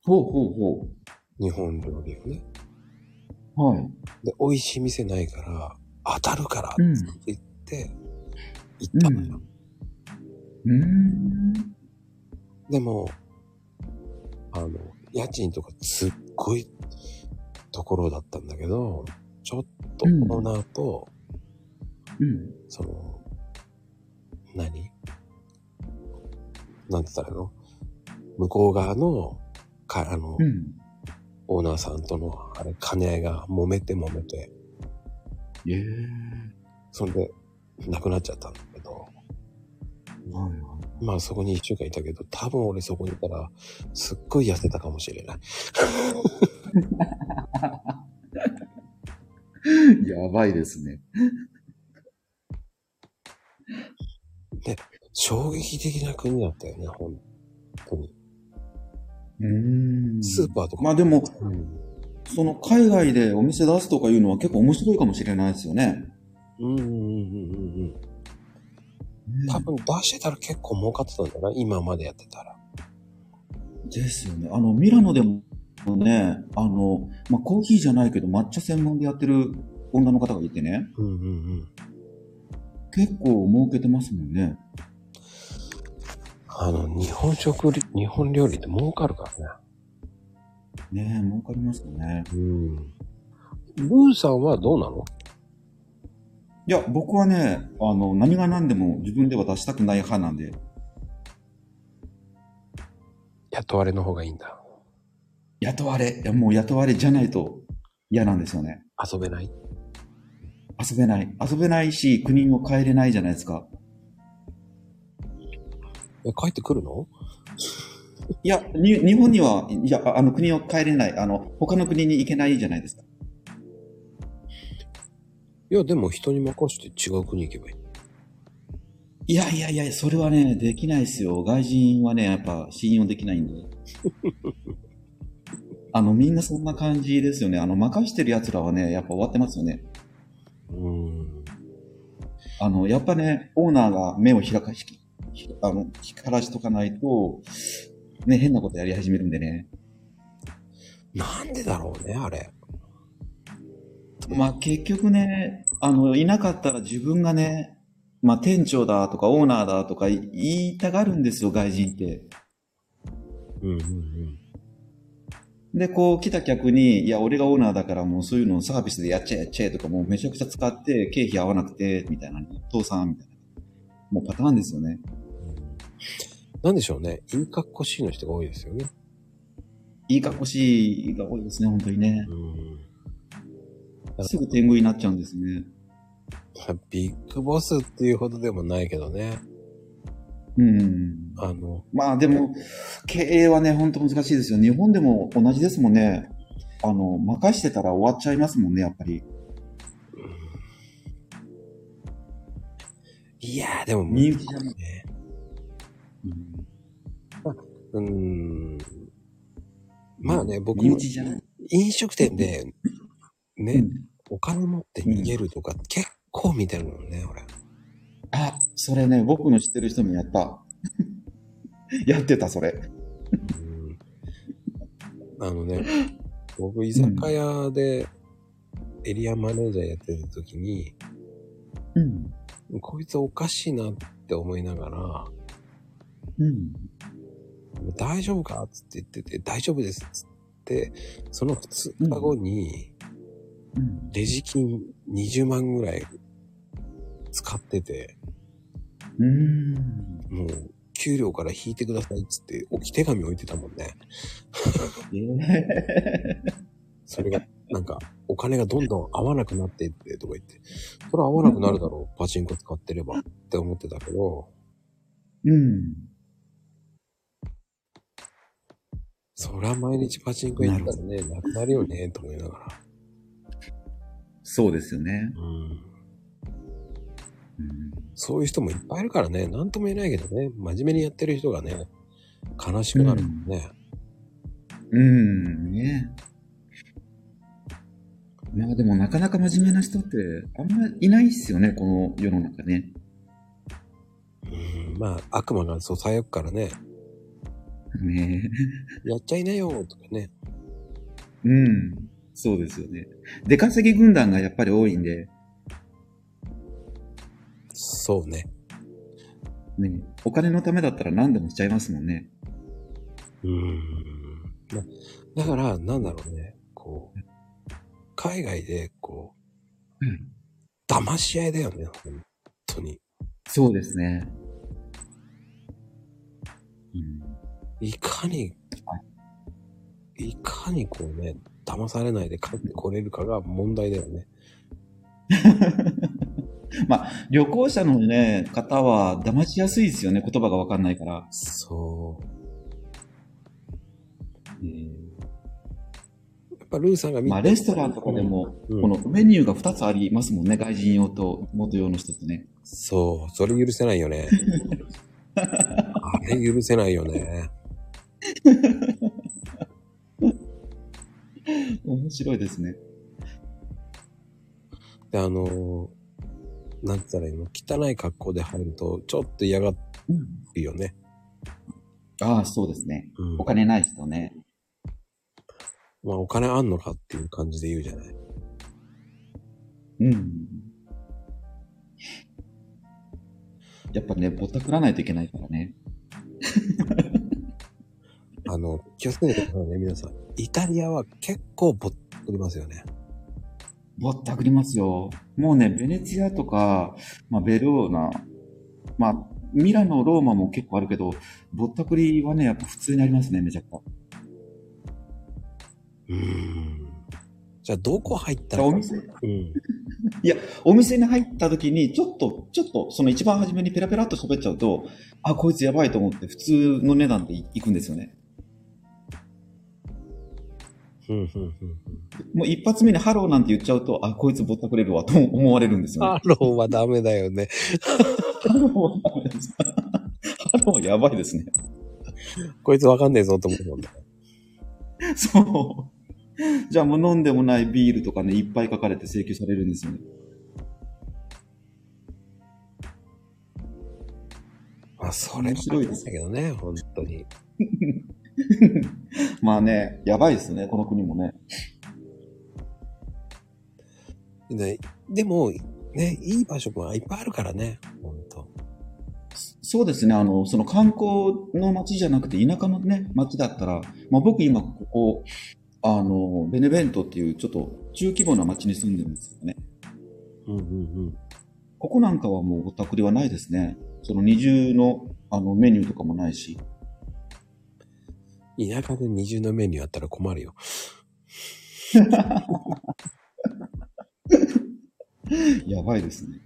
Speaker 2: ほうほうほ
Speaker 1: 日本料理をね。
Speaker 2: う。はい。
Speaker 1: で、美味しい店ないから、当たるから
Speaker 2: うん
Speaker 1: って言って、行ったのよ。
Speaker 2: うーん。
Speaker 1: でも、あの、家賃とかすっごいところだったんだけど、ちょっと
Speaker 2: うん
Speaker 1: オーナーと、
Speaker 2: うん。
Speaker 1: その、何なんて言ったらいいの向こう側の、か、あの、
Speaker 2: うん。
Speaker 1: オーナーさんとの、あれ、兼ね合いが揉めて揉めて、
Speaker 2: ええ
Speaker 1: そんで、亡くなっちゃったんだけど、
Speaker 2: ー。はいはい。
Speaker 1: まあそこに一週間いたけど、多分俺そこにいたら、すっごい痩せたかもしれない。
Speaker 2: やばいですね。
Speaker 1: 衝撃的な国だったよね、本当に。
Speaker 2: うーん
Speaker 1: スーパーとか。
Speaker 2: まあでも、
Speaker 1: うん
Speaker 2: その海外でお店出すとかいうのは結構面白いかもしれないですよね。
Speaker 1: うんうんうんうんうん。多分出してたら結構儲かってたんだな、今までやってたら。
Speaker 2: ですよね。あの、ミラノでもね、あの、まあ、コーヒーじゃないけど抹茶専門でやってる女の方がいてね、
Speaker 1: うんうんうん。
Speaker 2: 結構儲けてますもんね。
Speaker 1: あの、日本食り、日本料理って儲かるから
Speaker 2: ねえ、儲かりますよね。
Speaker 1: ね。うん。ルーさんはどうなの
Speaker 2: いや、僕はね、あの、何が何でも自分では出したくない派なんで、
Speaker 1: 雇われの方がいいんだ。
Speaker 2: 雇われ、いやもう雇われじゃないと嫌なんですよね。
Speaker 1: 遊べない
Speaker 2: 遊べない。遊べないし、国を変えれないじゃないですか。
Speaker 1: え、帰ってくるの
Speaker 2: いや、に日本には、いや、ああの、国を変えれない。あの、他の国に行けないじゃないですか。
Speaker 1: いや、でも人に任せて違う国行けばいい。
Speaker 2: いやいやいや、それはね、できないですよ。外人はね、やっぱ信用できないんで。 あの、みんなそんな感じですよね。あの、任してる奴らはね、やっぱ終わってますよね。
Speaker 1: うん。
Speaker 2: あの、やっぱね、オーナーが目を開かし、ひあの、光らしとかないと、ね、変なことやり始めるんでね。
Speaker 1: なんでだろうね、あれ。
Speaker 2: まあ結局ね、あの、いなかったら自分がね、まあ店長だとかオーナーだとかい言いたがるんですよ、外人って。
Speaker 1: うんうんうん。
Speaker 2: で、こう来た客に、いや、俺がオーナーだからもうそういうのをサービスでやっちゃえやっちゃえとか、もうめちゃくちゃ使って経費合わなくて、みたいな、父さん、みたいな。もうパターンですよね。
Speaker 1: なんでしょうね。いい格好しいの人が多いですよね。
Speaker 2: いい格好しいが多いですね、本当にね。
Speaker 1: うん。
Speaker 2: すぐ天狗になっちゃうんですね。
Speaker 1: ビッグボスっていうほどでもないけどね。
Speaker 2: うん。
Speaker 1: あの、
Speaker 2: まあでも、経営はね、本当難しいですよ。日本でも同じですもんね。あの、任してたら終わっちゃいますもんね、やっぱり。
Speaker 1: いやー、でも、
Speaker 2: 身内じゃない。
Speaker 1: ね、
Speaker 2: う
Speaker 1: うー
Speaker 2: ん
Speaker 1: ん。まあね、僕
Speaker 2: 身
Speaker 1: も
Speaker 2: 内じゃない。
Speaker 1: 飲食店で、
Speaker 2: う
Speaker 1: ね
Speaker 2: ん、
Speaker 1: お金持って逃げるとか結構見てるのね、俺。
Speaker 2: あ、それね、僕の知ってる人もやった。 やってた、それ。
Speaker 1: うんあのね、僕、居酒屋でエリアマネージャーやってる時に、
Speaker 2: うん。
Speaker 1: こいつおかしいなって思いながら、
Speaker 2: うん。
Speaker 1: 大丈夫かっつって言ってて、大丈夫ですっつって、その2日後に、
Speaker 2: うん。
Speaker 1: レジ金20万ぐらい使ってて、
Speaker 2: うん。
Speaker 1: もう、給料から引いてくださいっつって、置き手紙置いてたもんね。
Speaker 2: え
Speaker 1: それが、なんか、お金がどんどん合わなくなっていって、とか言って、それは合わなくなるだろう、パチンコ使ってればって思ってたけど、
Speaker 2: ーうん。
Speaker 1: そりゃ毎日パチンコ行ったらね、なくなるよね、と思いながら。
Speaker 2: そうですよね。
Speaker 1: うん。
Speaker 2: うん
Speaker 1: そういう人もいっぱいいるからね、なんとも言えないけどね、真面目にやってる人がね、悲しくなるもんね。
Speaker 2: うん、ねまあでもなかなか真面目な人ってあんまいないっすよね、この世の中ね。
Speaker 1: うん、まあ、悪魔がそう最悪からね、
Speaker 2: ね
Speaker 1: やっちゃいなよ、とかね。
Speaker 2: え。うん。そうですよね。出稼ぎ軍団がやっぱり多いんで、
Speaker 1: そうね。
Speaker 2: ねえ、お金のためだったら何でもしちゃいますもんね。
Speaker 1: うん。だだから、なんだろうね、こう、海外で、こう、
Speaker 2: うん
Speaker 1: 騙し合いだよね、本当に。
Speaker 2: そうですね。うん。
Speaker 1: いかに、いかにこうね、騙されないで帰ってこれるかが問題だよね。
Speaker 2: まあ、旅行者のね、方は騙しやすいですよね。言葉がわかんないから。
Speaker 1: そう。
Speaker 2: うん
Speaker 1: やっぱルーさんが見
Speaker 2: まあ、レストランとかでも、
Speaker 1: うん
Speaker 2: このメニューが2つありますもんね。外人用と元用の人とね。
Speaker 1: そう、それ許せないよ ね。あれ許せないよね。
Speaker 2: 面白いですね。
Speaker 1: で、あの、なんて言ったらいいの汚い格好で入ると、ちょっと嫌が
Speaker 2: うん、
Speaker 1: るよね。
Speaker 2: ああ、そうですね。
Speaker 1: うん
Speaker 2: お。金ない人ね。
Speaker 1: まあ、お金あんのかっていう感じで言うじゃない。
Speaker 2: うん。やっぱね、ぼったくらないといけないからね。
Speaker 1: あの、気をつけてくださいね、皆さん。イタリアは結構ぼったくりますよね。
Speaker 2: ぼったくりますよ。もうね、ベネツィアとか、まあ、ベローナ、まあ、ミラノ、ローマも結構あるけど、ぼったくりはね、やっぱ普通にありますね、めちゃくちゃ。
Speaker 1: うーん。じゃあ、どこ入った
Speaker 2: だか
Speaker 1: ら、
Speaker 2: らお
Speaker 1: うん。
Speaker 2: 店、お店に入った時に、ちょっと、ちょっと、その一番初めにペラペラっと喋っちゃうと、あ、こいつやばいと思って、普通の値段で行くんですよね。
Speaker 1: うん、うん、うんうん。
Speaker 2: もう一発目にハローなんて言っちゃうと、あ、こいつぼったくれるわ、と思われるんですよね。
Speaker 1: ハローはダメだよね。
Speaker 2: ハローはダメです。ハローやばいですね。
Speaker 1: こいつわかんねえぞと思うもんね。
Speaker 2: そう。じゃあもう飲んでもないビールとかね、いっぱい書かれて請求されるんですよね。
Speaker 1: まあ、それ
Speaker 2: 面白いです
Speaker 1: だけどね、本当に。
Speaker 2: まあね、やばいですね、この国もね。
Speaker 1: ねでも、ね、いい場所がいっぱいあるからね、本当
Speaker 2: そうですね、あの、その観光の街じゃなくて田舎のね、街だったら、まあ僕今ここ、あの、ベネベントっていうちょっと中規模な街に住んでるんですよね。
Speaker 1: うんうん
Speaker 2: ここなんかはもうぼったくりはないですね。その二重のあのメニューとかもないし。
Speaker 1: うん。田舎で二重のメニューあったら困るよ。
Speaker 2: やばいですね。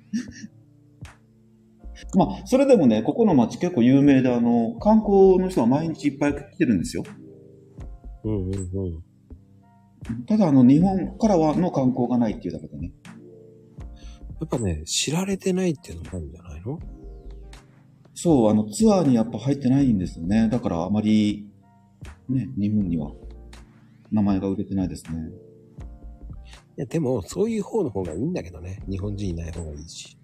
Speaker 2: まあ、それでもね、ここの町結構有名で、あの、観光の人は毎日いっぱい来てるんですよ。
Speaker 1: うんうんうん。
Speaker 2: ただ、あの、日本からはの観光がないっていうだけでね。
Speaker 1: やっぱね、知られてないっていうのもあるんじゃないの
Speaker 2: そう、あの、ツアーにやっぱ入ってないんですよね。だから、あまり、ね、日本には名前が売れてないですね。
Speaker 1: いや、でも、そういう方の方がいいんだけどね。日本人いない方がいいし。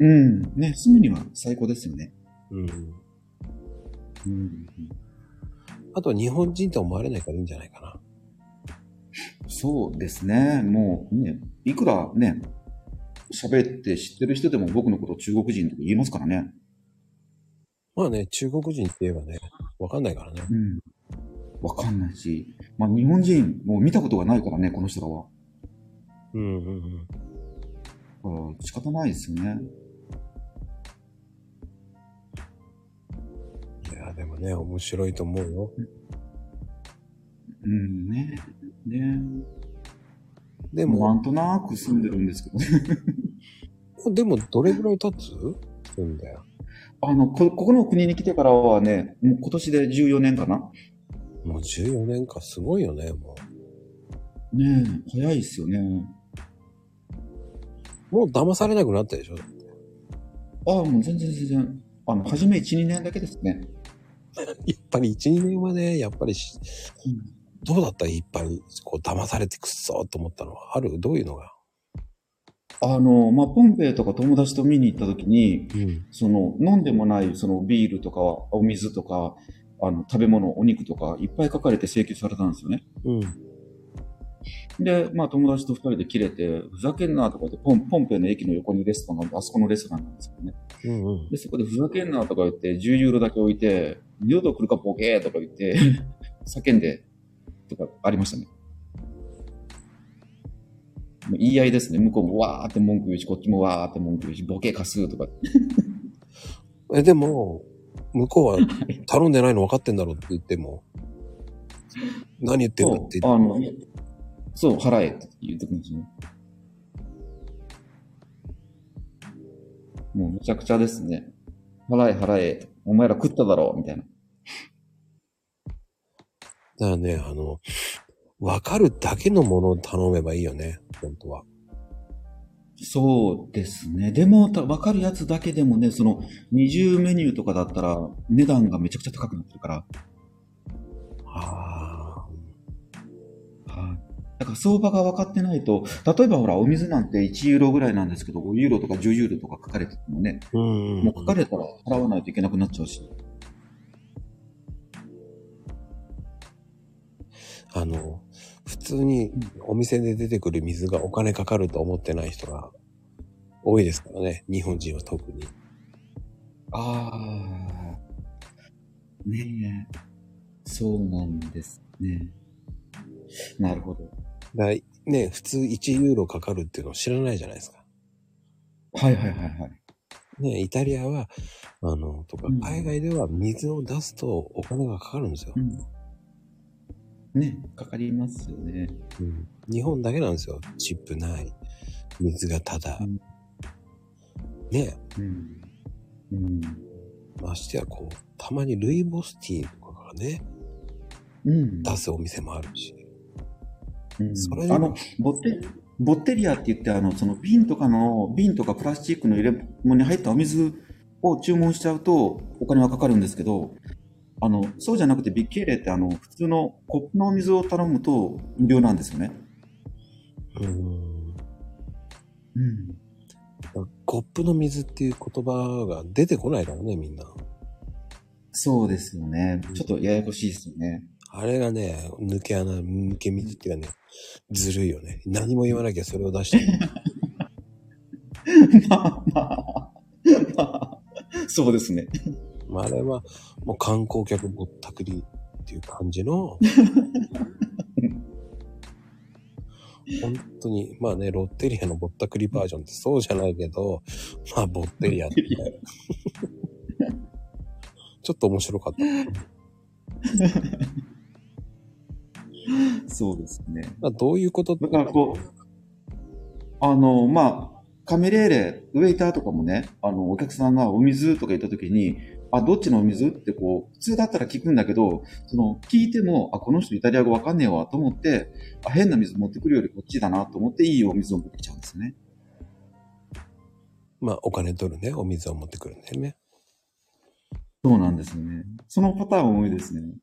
Speaker 2: うん。ね、住むには最高ですよね。
Speaker 1: うん。
Speaker 2: うん。
Speaker 1: あと、日本人と思われないからいいんじゃないかな。
Speaker 2: そうですね。もう、ね、いくらね、喋って知ってる人でも僕のこと中国人とか言いますからね。
Speaker 1: まあね、中国人って言えばね、わかんないからね。
Speaker 2: うん。わかんないし、まあ、日本人、もう見たことがないからね、この人らは。
Speaker 1: うんうんうん。
Speaker 2: だから仕方ないですよね。
Speaker 1: いや、でもね、面白いと思うよ。
Speaker 2: うんね。ね。
Speaker 1: で
Speaker 2: でも、な
Speaker 1: も、
Speaker 2: んとなく住んでるんですけどね。
Speaker 1: でも、どれぐらい経つ住んだよ。
Speaker 2: あの、こ、ここの国に来てからはね、もう今年で14年かな。
Speaker 1: もう14年か、すごいよね、も
Speaker 2: ねえ、早いですよね。
Speaker 1: う。もう騙されなくなったでしょ
Speaker 2: ああ、もう全然全然。あの、初め1、2年だけですね。
Speaker 1: やっぱり1、2年はね、やっぱりし、どうだったいっぱい、こう、騙されてくっそーと思ったのはあるどういうのが
Speaker 2: あの、まあ、ポンペイとか友達と見に行った時に、
Speaker 1: うん。
Speaker 2: その、飲んでもない、その、ビールとか、お水とか、あの、食べ物、お肉とか、いっぱい書かれて請求されたんですよね。
Speaker 1: うん。
Speaker 2: で、まあ、友達と二人で切れて、ふざけんなとか言って、ポン、ポンペイの駅の横にレストランがあって、あそこのレストランなんですよね。
Speaker 1: うんうん。
Speaker 2: で、そこでふざけんなとか言って、10ユーロだけ置いて、二度と来るかボケーとか言って、 叫んで、とかありましたね。もう言い合いですね。向こうもわーって文句言うし、こっちもわーって文句言うし、ボケかすとか。
Speaker 1: え、でも、向こうは頼んでないの分かってんだろうって言っても、何言ってんだって
Speaker 2: そう、あの、そう、払えって言ってくるんですよね。もうむちゃくちゃですね。払え払え。お前ら食っただろみたいな。
Speaker 1: だからね、あの、わかるだけのものを頼めばいいよね、本当は。
Speaker 2: そうですね。でも、たわかるやつだけでもね、その、二重メニューとかだったら、値段がめちゃくちゃ高くなってるから。
Speaker 1: あ
Speaker 2: はい。だから相場が分かってないと、例えばほら、お水なんて1ユーロぐらいなんですけど、5ユーロとか10ユーロとか書かれててもね、
Speaker 1: あ。うん。
Speaker 2: もう書かれたら払わないといけなくなっちゃうし。
Speaker 1: あの、普通にお店で出てくる水がお金かかると思ってない人が多いですからね、日本人は特に。
Speaker 2: ああ。ねえ。そうなんですね。なるほど。
Speaker 1: だからね、普通1ユーロかかるっていうのを知らないじゃないですか。
Speaker 2: はいはいはいはい。
Speaker 1: ね、イタリアは、あの、とか
Speaker 2: うん、
Speaker 1: 海外では水を出すとお金がかかるんですよ。
Speaker 2: うん。ね、かかりますよね。
Speaker 1: うん日本だけなんですよ。チップない。水がただ
Speaker 2: うん。
Speaker 1: ね、
Speaker 2: うん。うん。
Speaker 1: ましてやこう、たまにルイボスティーとかがね、
Speaker 2: うん。
Speaker 1: 出すお店もあるし。
Speaker 2: うん
Speaker 1: それでも
Speaker 2: あの、ボッテ、ボッテリアって言って、あの、その瓶とかの、瓶とかプラスチックの入れ物に入ったお水を注文しちゃうと、お金はかかるんですけど、あの、そうじゃなくて、ビッケーレって、あの、普通のコップのお水を頼むと、無料なんですよね。
Speaker 1: うん。
Speaker 2: うん。
Speaker 1: コップの水っていう言葉が出てこないからね、みんな。
Speaker 2: そうですよね。ちょっとややこしいですよね。
Speaker 1: あれがね、抜け穴、抜け水っていうかね、ずるいよね。何も言わなきゃそれを出してくる。
Speaker 2: まあまあ、まあ、そうですね。
Speaker 1: まあ、あれは、もう観光客ぼったくりっていう感じの、本当に、まあね、ロッテリアのぼったくりバージョンってそうじゃないけど、まあ、ぼってりアって。ちょっと面白かった。
Speaker 2: そうですね。
Speaker 1: まあ、どういうことって
Speaker 2: だからこう、あの、まあ、カメレーレ、ウェイターとかもね、あの、お客さんがお水とか言った時に、あ、どっちのお水ってこう、普通だったら聞くんだけど、その、聞いても、あ、この人イタリア語わかんねえわと思って、あ、変な水持ってくるよりこっちだなと思っていいお水を持ってきちゃうんですよね。
Speaker 1: まあ、お金取るね、お水を持ってくるんだよね。
Speaker 2: そうなんですよね。そのパターン多いですね。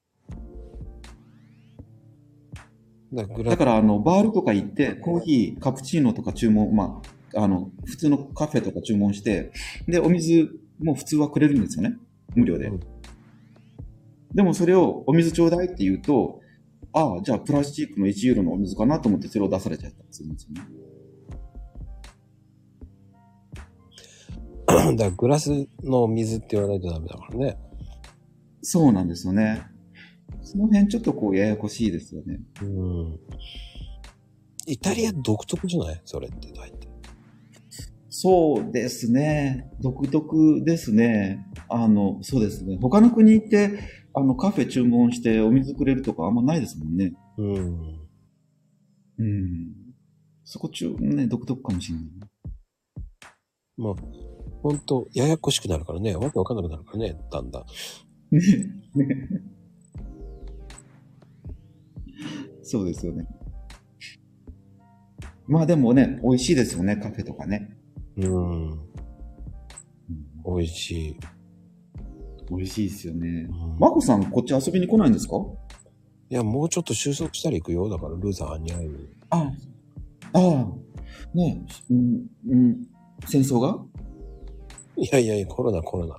Speaker 1: だからグラ
Speaker 2: だから、あの、バールとか行って、コーヒー、カプチーノとか注文、まあ、あの、普通のカフェとか注文して、で、お水も普通はくれるんですよね。無料で
Speaker 1: うん。
Speaker 2: でもそれをお水ちょうだいって言うと、ああ、じゃあプラスチックの1ユーロのお水かなと思ってそれを出されちゃったりするんですよね。
Speaker 1: だからグラスの水って言わないとダメだからね。
Speaker 2: そうなんですよね。その辺ちょっとこうややこしいですよね。
Speaker 1: うん。イタリア独特じゃないそれって大体。
Speaker 2: そうですね。独特ですね。あの、そうですね。他の国行って、あの、カフェ注文してお水くれるとかあんまないですもんね。
Speaker 1: うん。
Speaker 2: うん。そこ中、ね、独特かもしれない。
Speaker 1: まあ、ほんと、ややこしくなるからね。わけわかんなくなるからね、だんだん。
Speaker 2: ねねそうですよね。まあでもね、美味しいですよね、カフェとかね。
Speaker 1: うん。美味しい。
Speaker 2: 美味しいですよね
Speaker 1: う。ん
Speaker 2: マコさん、こっち遊びに来ないんですか
Speaker 1: いや、もうちょっと収束したら行くよ。だから、ルーザーに会いに。
Speaker 2: ああ。ああ。ねえ、うん、うん、戦争が
Speaker 1: いやいやいや、コロナ、コロナ。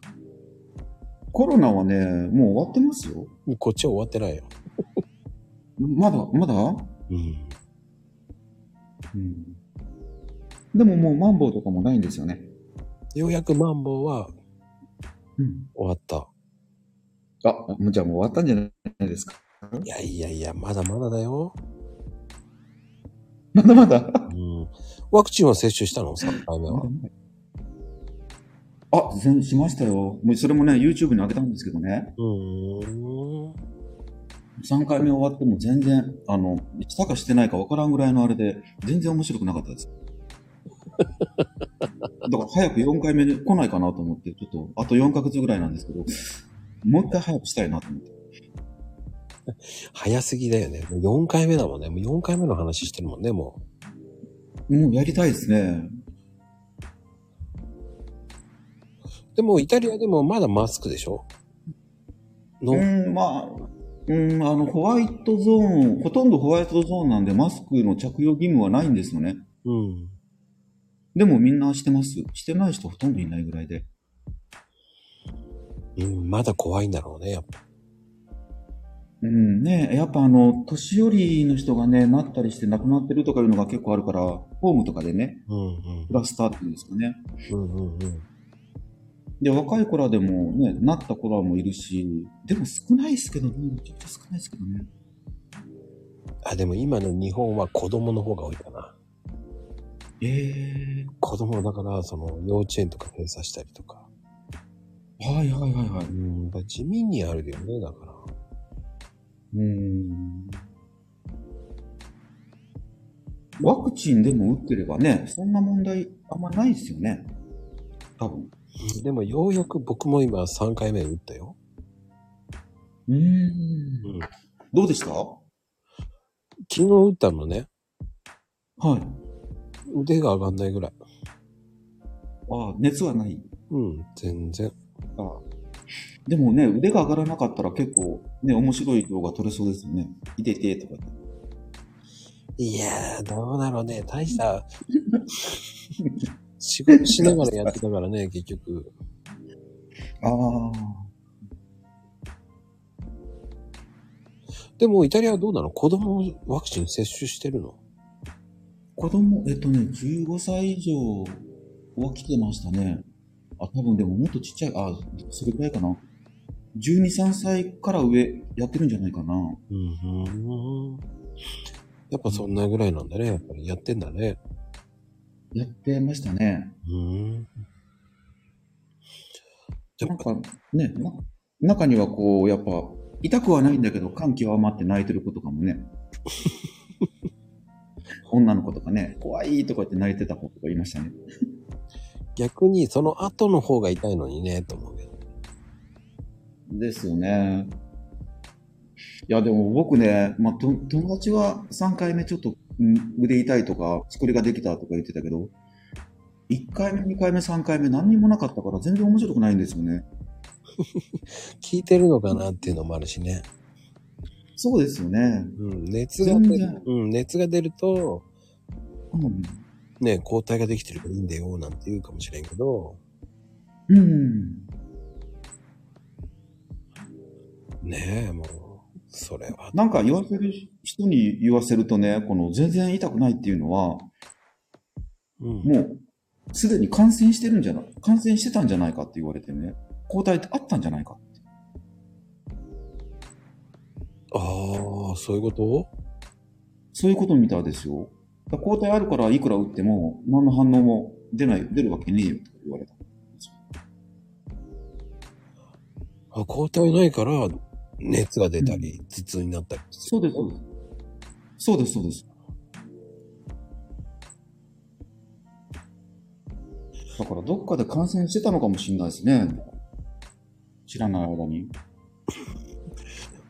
Speaker 2: コロナはね、もう終わってますよ。
Speaker 1: こっちは終わってないよ。
Speaker 2: まだ、まだ
Speaker 1: うん。
Speaker 2: うん。でももうマンボウとかもないんですよね。
Speaker 1: ようやくマンボウは
Speaker 2: うん。
Speaker 1: 終わった。
Speaker 2: あ、もうじゃあもう終わったんじゃないですか。
Speaker 1: いやいやいや、まだまだだよ。
Speaker 2: まだまだ。
Speaker 1: うん。ワクチンは接種したの ?3 回目は。
Speaker 2: あ、全しましたよ。もうそれもね、YouTube に上げたんですけどね。
Speaker 1: うーん。
Speaker 2: 3回目終わっても全然、あの、した かしてないかわからんぐらいのあれで、全然面白くなかったです。だから早く4回目で来ないかなと思って、ちょっと、あと4ヶ月ぐらいなんですけど、もう一回早くしたいなと思って。
Speaker 1: 早すぎだよね。もう4回目だもんね。もう4回目の話してるもんね、も
Speaker 2: もうやりたいですね。
Speaker 1: う。でも、イタリアでもまだマスクでしょの、
Speaker 2: うん、まあ、うん、あの、ホワイトゾーン、ほとんどホワイトゾーンなんで、マスクの着用義務はないんですよね。
Speaker 1: うん。
Speaker 2: でもみんなしてます。してない人ほとんどいないぐらいで。
Speaker 1: うん、まだ怖いんだろうね、やっぱ。
Speaker 2: うんね、やっぱあの、年寄りの人がね、なったりして亡くなってるとかいうのが結構あるから、ホームとかでね、
Speaker 1: うん
Speaker 2: クラスターっていうんですかね。
Speaker 1: うん。うんうんうん。
Speaker 2: で、若い子らでもね、なった子らもいるし、でも少ないですけどね、めちゃくちゃ少ないですけどね。
Speaker 1: あ、でも今の日本は子供の方が多いかな。
Speaker 2: え
Speaker 1: 子供だから、その、幼稚園とか閉鎖したりとか。
Speaker 2: えー、はいはいはいはい。
Speaker 1: うん、やっぱ地味にあるよね、だから。
Speaker 2: うん。ワクチンでも打ってればね、そんな問題あんまないですよね。多分。
Speaker 1: でもようやく僕も今3回目打ったよ。
Speaker 2: うん
Speaker 1: うん
Speaker 2: どうでしたは
Speaker 1: 昨日打ったのね。
Speaker 2: い。
Speaker 1: 腕が上がんないぐらい。
Speaker 2: ああ、熱はない。
Speaker 1: うん、全然。
Speaker 2: あでもね、腕が上がらなかったら結構ね、面白い動画撮れそうですよね。いててとか言って。
Speaker 1: いやー、どうだろうね。大 した。仕事しながらやってたからね、結局。
Speaker 2: ああ。
Speaker 1: でも、イタリアはどうなの子供ワクチン接種してるの
Speaker 2: 子供、えっとね、15歳以上は来てましたね。あ、多分でももっとちっちゃい、あ、それぐらいかな。12、3歳から上やってるんじゃないかな。
Speaker 1: うん。やっぱそんなぐらいなんだね。やっぱりやってんだね。
Speaker 2: やってましたね。
Speaker 1: うん。じゃ
Speaker 2: なんかね、な中にはこう、やっぱ、痛くはないんだけど、感極まって泣いてる子とか もね。女の子とかね、怖いとか言って泣いてた子とかいましたね。
Speaker 1: 逆にその後の方が痛いのにね、と思うけど。
Speaker 2: ですよね。いや、でも僕ね、まあ、と友達は3回目ちょっとうん腕痛いとか、作りができたとか言ってたけど、1回目、2回目、3回目何にもなかったから全然面白くないんですよね。
Speaker 1: 聞いてるのかなっていうのもあるしね。
Speaker 2: そうですよね。
Speaker 1: うん、熱が出
Speaker 2: 全
Speaker 1: る
Speaker 2: 然、
Speaker 1: うん、熱が出ると、
Speaker 2: うん。
Speaker 1: ね、抗体ができてるからいいんだよ、なんて言うかもしれんけど、
Speaker 2: うん。
Speaker 1: ねえ、もう、それは。
Speaker 2: なんか言わせる人に言わせるとね、この全然痛くないっていうのは、
Speaker 1: うん。
Speaker 2: もうすでに感染してるんじゃない、感染してたんじゃないかって言われてね、抗体ってあったんじゃないか。
Speaker 1: ああ、そういうこと
Speaker 2: そういうことみたいですよ。だから抗体あるからいくら打っても何の反応も出ない、出るわけねえよって言われた。
Speaker 1: あ抗体ないから、熱が出たり、頭痛になったり。
Speaker 2: そうです、そうです。そうです、そうです。だからどっかで感染してたのかもしれないですね。知らない間に。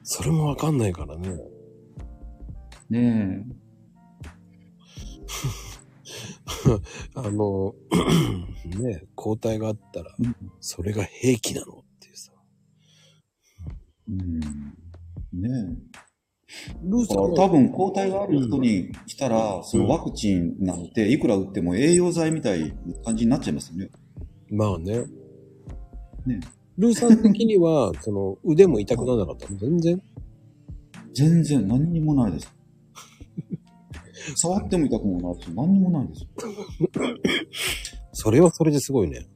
Speaker 1: それもわかんないからね。
Speaker 2: ねえ。
Speaker 1: あの、 ねえ抗体があったら
Speaker 2: うん、
Speaker 1: それが兵器なのっていうさ。
Speaker 2: うん。ねえ。
Speaker 1: ルーさんは
Speaker 2: 多分抗体がある人に来たら、そのワクチンなんていくら打っても栄養剤みたいな感じになっちゃいますよね。
Speaker 1: まあね。
Speaker 2: ね
Speaker 1: ルーさん的には、 その、腕も痛くならなかったの全然
Speaker 2: 全然何にもないです。触っても痛くもないし、何にもないです。
Speaker 1: それはそれですごいね。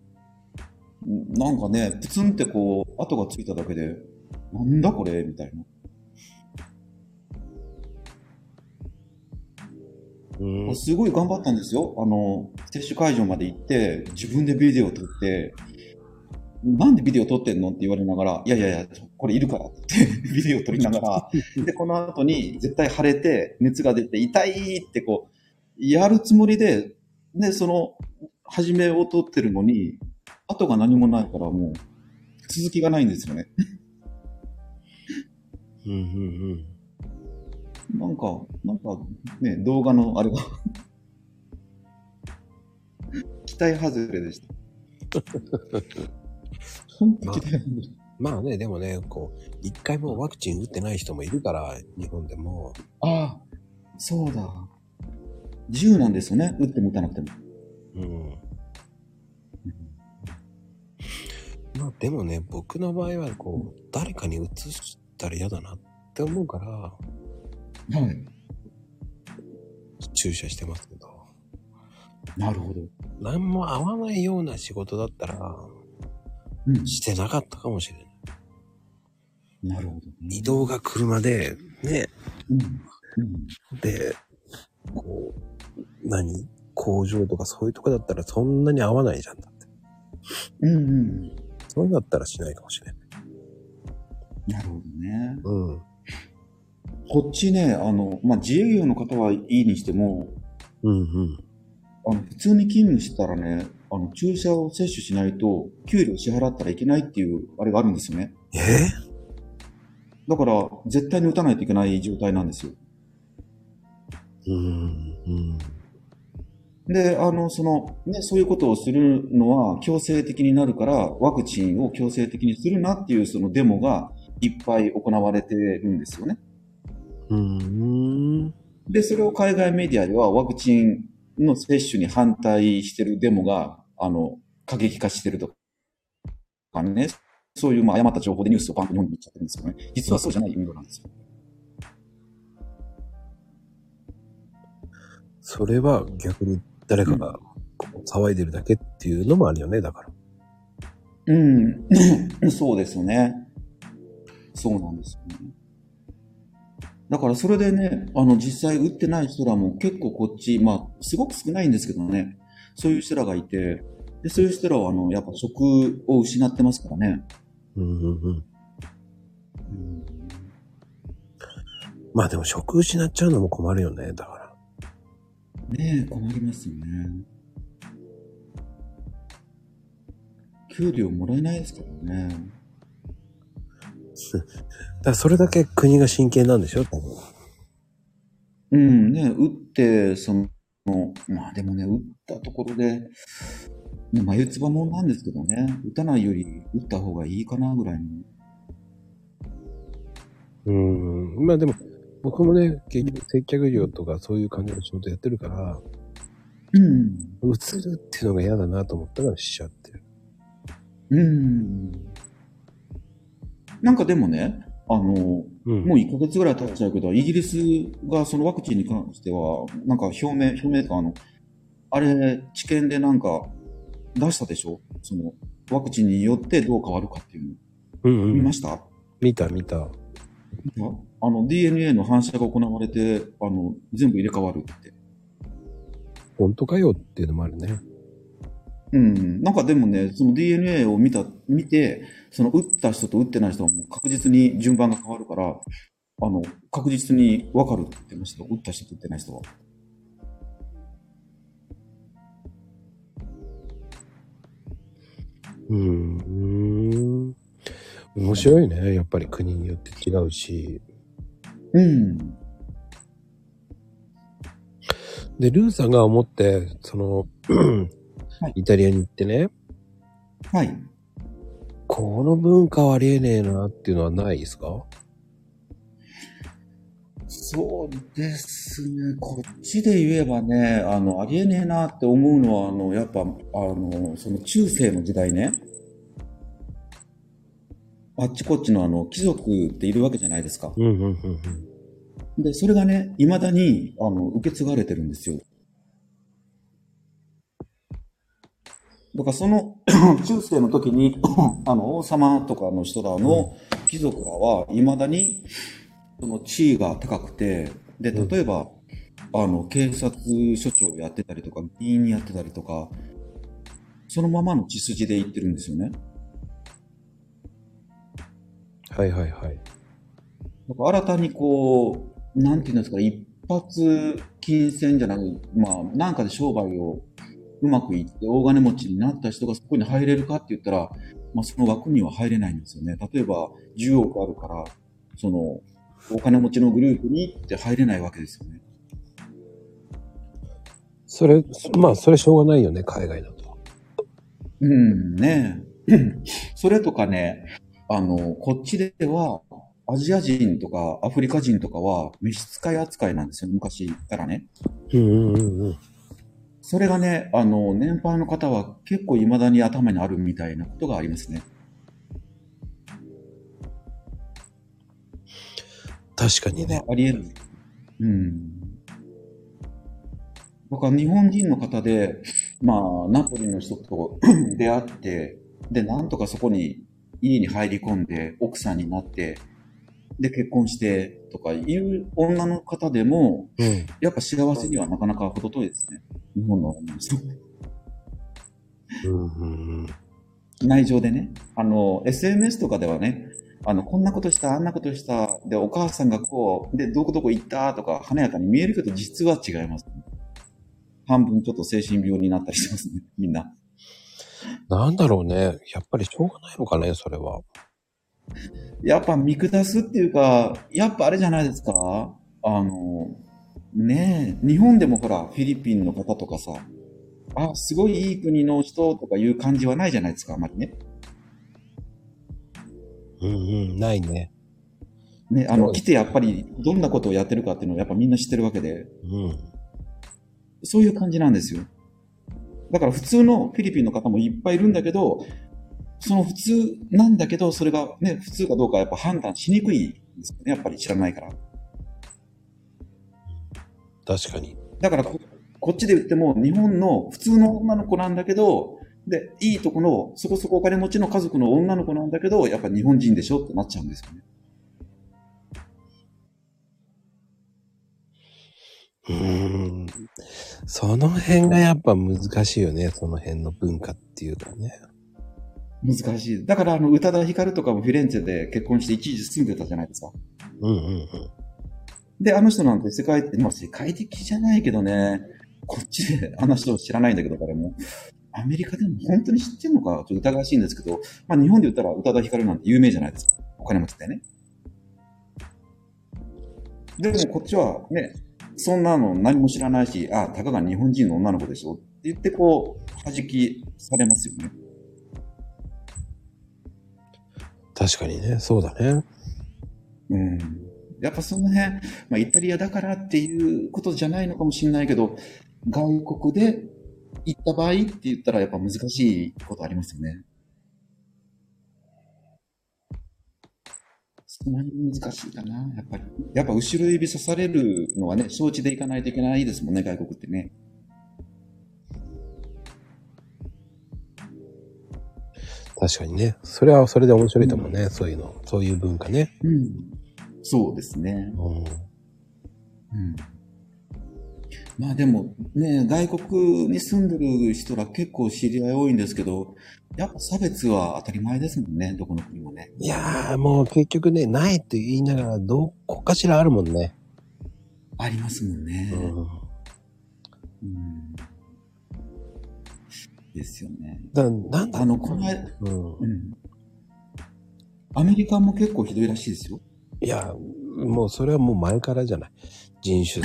Speaker 2: なんかね、プツンってこう、跡がついただけで、なんだこれみたいな。
Speaker 1: うん。
Speaker 2: すごい頑張ったんですよ。あの、接種会場まで行って、自分でビデオ撮って、なんでビデオ撮ってんのって言われながら、いやいやいや、これいるからって 言って、ビデオ撮りなが ら、で、この後に絶対腫れて、熱が出て、痛いってこう、やるつもりで、で、その、始めを取ってるのに、後が何もないからもう、続きがないんですよね。
Speaker 1: うんうん
Speaker 2: なんか、なんかね、動画のあれが 期待外れで した。本当期待外れ。
Speaker 1: うん。まあね、でもね、こう、一回もワクチン打ってない人もいるから、日本でも。
Speaker 2: ああ、そうだ。自由なんですよね。打っても打たなくても。
Speaker 1: うん。まあでもね、僕の場合は、こう、誰かに移したら嫌だなって思うから、
Speaker 2: はい。
Speaker 1: 注射してますけど。
Speaker 2: なるほど。
Speaker 1: 何も合わないような仕事だったら、
Speaker 2: うん。
Speaker 1: してなかったかもしれない。
Speaker 2: なるほど。
Speaker 1: 移動が車で、ね、
Speaker 2: うん。うん。
Speaker 1: で、こう、何工場とかそういうとこだったらそんなに合わないじゃんだって。
Speaker 2: うんうん。
Speaker 1: そういうのだったらしないかもしれない。
Speaker 2: なるほどね。
Speaker 1: うん。
Speaker 2: こっちね、あの、まあ、自営業の方はいいにしても、
Speaker 1: うんうん。
Speaker 2: あの、普通に勤務してたらね、あの、注射を接種しないと、給料支払ったらいけないっていう、あれがあるんですよね。
Speaker 1: え
Speaker 2: だから、絶対に打たないといけない状態なんですよ。
Speaker 1: うんうん。
Speaker 2: で、あの、その、ね、そういうことをするのは強制的になるから、ワクチンを強制的にするなっていう、そのデモがいっぱい行われてるんですよね。
Speaker 1: うん。
Speaker 2: で、それを海外メディアではワクチンの接種に反対してるデモが、あの、過激化してるとかね、そういうまあ誤った情報でニュースをバンと読んでいっちゃってるんですけどね、実はそうじゃない運動なんですよ。
Speaker 1: それは逆に誰かがこう騒いでるだけっていうのもあるよね、だから。
Speaker 2: うん、 そうですよね。そうなんですよね。だからそれでね、あの、実際打ってない人らも結構こっち、まあ、すごく少ないんですけどね、そういう人らがいて、で、そういう人らは、あの、やっぱ職を失ってますからね。
Speaker 1: うんうんうん。まあでも職失っちゃうのも困るよね、だから。
Speaker 2: ねえ、困りますよね。給料もらえないですからね。
Speaker 1: だからそれだけ国が真剣なんでしょ多分。
Speaker 2: うん、ねえ打って、その、まあでもね、打ったところで、ね、眉唾もんなんですけどね、打たないより打った方がいいかなぐらいの。
Speaker 1: うん。まあでも、僕もね、結局接客業とかそういう感じの仕事やってるから、
Speaker 2: うん、
Speaker 1: 映るっていうのが嫌だなと思ったからしちゃってる。
Speaker 2: うん。なんかでもね、あの、
Speaker 1: うん
Speaker 2: もう1ヶ月ぐらい経っちゃうけど、イギリスがそのワクチンに関しては、なんか表明、表明とかあの、あれ、治験でなんか出したでしょその、ワクチンによってどう変わるかっていう
Speaker 1: うん
Speaker 2: の。
Speaker 1: う
Speaker 2: 見
Speaker 1: ん
Speaker 2: ま。した、
Speaker 1: 見た見た。
Speaker 2: あの、DNA の反射が行われて、あの、全部入れ替わるって。
Speaker 1: 本当かよっていうのもあるね。
Speaker 2: うん。なんかでもね、その DNA を見た、見て、その打った人と打ってない人はもう確実に順番が変わるから、あの、確実に分かるって言ってましたよ。打った人と打ってない人は。
Speaker 1: うん。面白いね。やっぱり国によって違うし。
Speaker 2: うん。
Speaker 1: で、ルーさんが思って、その、
Speaker 2: はい
Speaker 1: イタリアに行ってね、
Speaker 2: はい。
Speaker 1: この文化はありえねえなっていうのはないですか
Speaker 2: そうですね。こっちで言えばね、あの、ありえねえなって思うのは、あの、やっぱ、あの、その中世の時代ね。あっちこっちのあの、貴族っているわけじゃないですか。
Speaker 1: うんうんうんうん。
Speaker 2: で、それがね、未だに、あの、受け継がれてるんですよ。だからその、 中世の時に、あの、王様とかの人らの貴族らは、未だに、その地位が高くて、で、
Speaker 1: うん
Speaker 2: 例えば、あの、警察署長をやってたりとか、議員やってたりとか、そのままの血筋で行ってるんですよね。
Speaker 1: はいはいはい。
Speaker 2: なんか新たにこう、なんていうんですか、一発金銭じゃない、まあ、なんかで商売をうまくいって大金持ちになった人がそこに入れるかって言ったら、まあ、その枠には入れないんですよね。例えば、10億あるから、その、お金持ちのグループにって入れないわけですよね。
Speaker 1: それ、まあ、それしょうがないよね、海外だと。
Speaker 2: うん、ね えそれとかね、あの、こっちでは、アジア人とかアフリカ人とかは召使い扱いなんですよ、昔言ったらね。
Speaker 1: うんうんうんうん。
Speaker 2: それがね、あの、年配の方は結構未だに頭にあるみたいなことがありますね。
Speaker 1: 確かにね。
Speaker 2: ありえる。うん。僕は日本人の方で、まあ、ナポリの人と 出会って、で、なんとかそこに、家に入り込んで、奥さんになって、で、結婚して、とかいう女の方でも、
Speaker 1: うん。
Speaker 2: やっぱ幸せにはなかなか程遠いですね。日本の女の人。
Speaker 1: うんうんうん。
Speaker 2: 内情でね、あの、SNS とかではね、あの、こんなことした、あんなことした、で、お母さんがこう、で、どこどこ行ったとか、華やかに見えるけど、実は違います、半分ちょっと精神病になったりしますね、 みんな。
Speaker 1: なんだろうね。やっぱりしょうがないのかね、それは。
Speaker 2: やっぱ見下すっていうか、やっぱあれじゃないですかあの、ねえ、日本でもほら、フィリピンの方とかさ、あ、すごいいい国の人とかいう感じはないじゃないですか、あまりね。
Speaker 1: うんうん。ないね。
Speaker 2: ね、あ
Speaker 1: そ
Speaker 2: の、
Speaker 1: うで
Speaker 2: 来
Speaker 1: す
Speaker 2: てやっぱり、どんなことをやってるかっていうのをやっぱみんな知ってるわけで、
Speaker 1: うん。
Speaker 2: そういう感じなんですよ。だから普通のフィリピンの方もいっぱいいるんだけど、その普通なんだけど、それがね、普通かどうかやっぱ判断しにくいんですよね、やっぱり知らないから。
Speaker 1: 確かに。
Speaker 2: だからここっちで言っても、日本の普通の女の子なんだけど、で、いいとこの、そこそこお金持ちの家族の女の子なんだけど、やっぱ日本人でしょってなっちゃうんですよね。
Speaker 1: うん。その辺がやっぱ難しいよね。その辺の文化っていうかね。
Speaker 2: 難しい。だから、あの、宇多田ヒカルとかもフィレンツェで結婚して一時住んでたじゃないですか。
Speaker 1: うんうん
Speaker 2: で、あの人なんて世界、まあ世界的じゃないけどね、こっちであの人を知らないんだけど、誰も。アメリカでも本当に知ってんのか、ちょっと疑わしいんですけど、まあ日本で言ったら宇多田ヒカルなんて有名じゃないですか。お金持ちってね。でもこっちはね、そんなの何も知らないし、あ、たかが日本人の女の子でしょって言ってこう、弾きされますよね。
Speaker 1: うん。確かにね。そうだね。
Speaker 2: うんやっぱその辺、まあ、イタリアだからっていうことじゃないのかもしれないけど、外国で行った場合って言ったらやっぱ難しいことありますよね。そんなに難しいかな、やっぱり。やっぱ後ろ指刺されるのはね、承知でいかないといけないですもんね、外国ってね。
Speaker 1: 確かにね。それはそれで面白いと思うね。そういうの。そういう文化ね。
Speaker 2: うん。そうですね。
Speaker 1: うん。
Speaker 2: うんまあでもね、外国に住んでる人ら結構知り合い多いんですけど、やっぱ差別は当たり前ですもんね、どこの国もね。
Speaker 1: いやー、もう結局ね、ないと言いながら、どこかしらあるもんね。
Speaker 2: ありますもんね
Speaker 1: う。ん。
Speaker 2: うんですよね。
Speaker 1: だなんだ
Speaker 2: あの、この間、
Speaker 1: うん。
Speaker 2: うん。アメリカも結構ひどいらしいですよ。
Speaker 1: いや、もうそれはもう前からじゃない。人 種。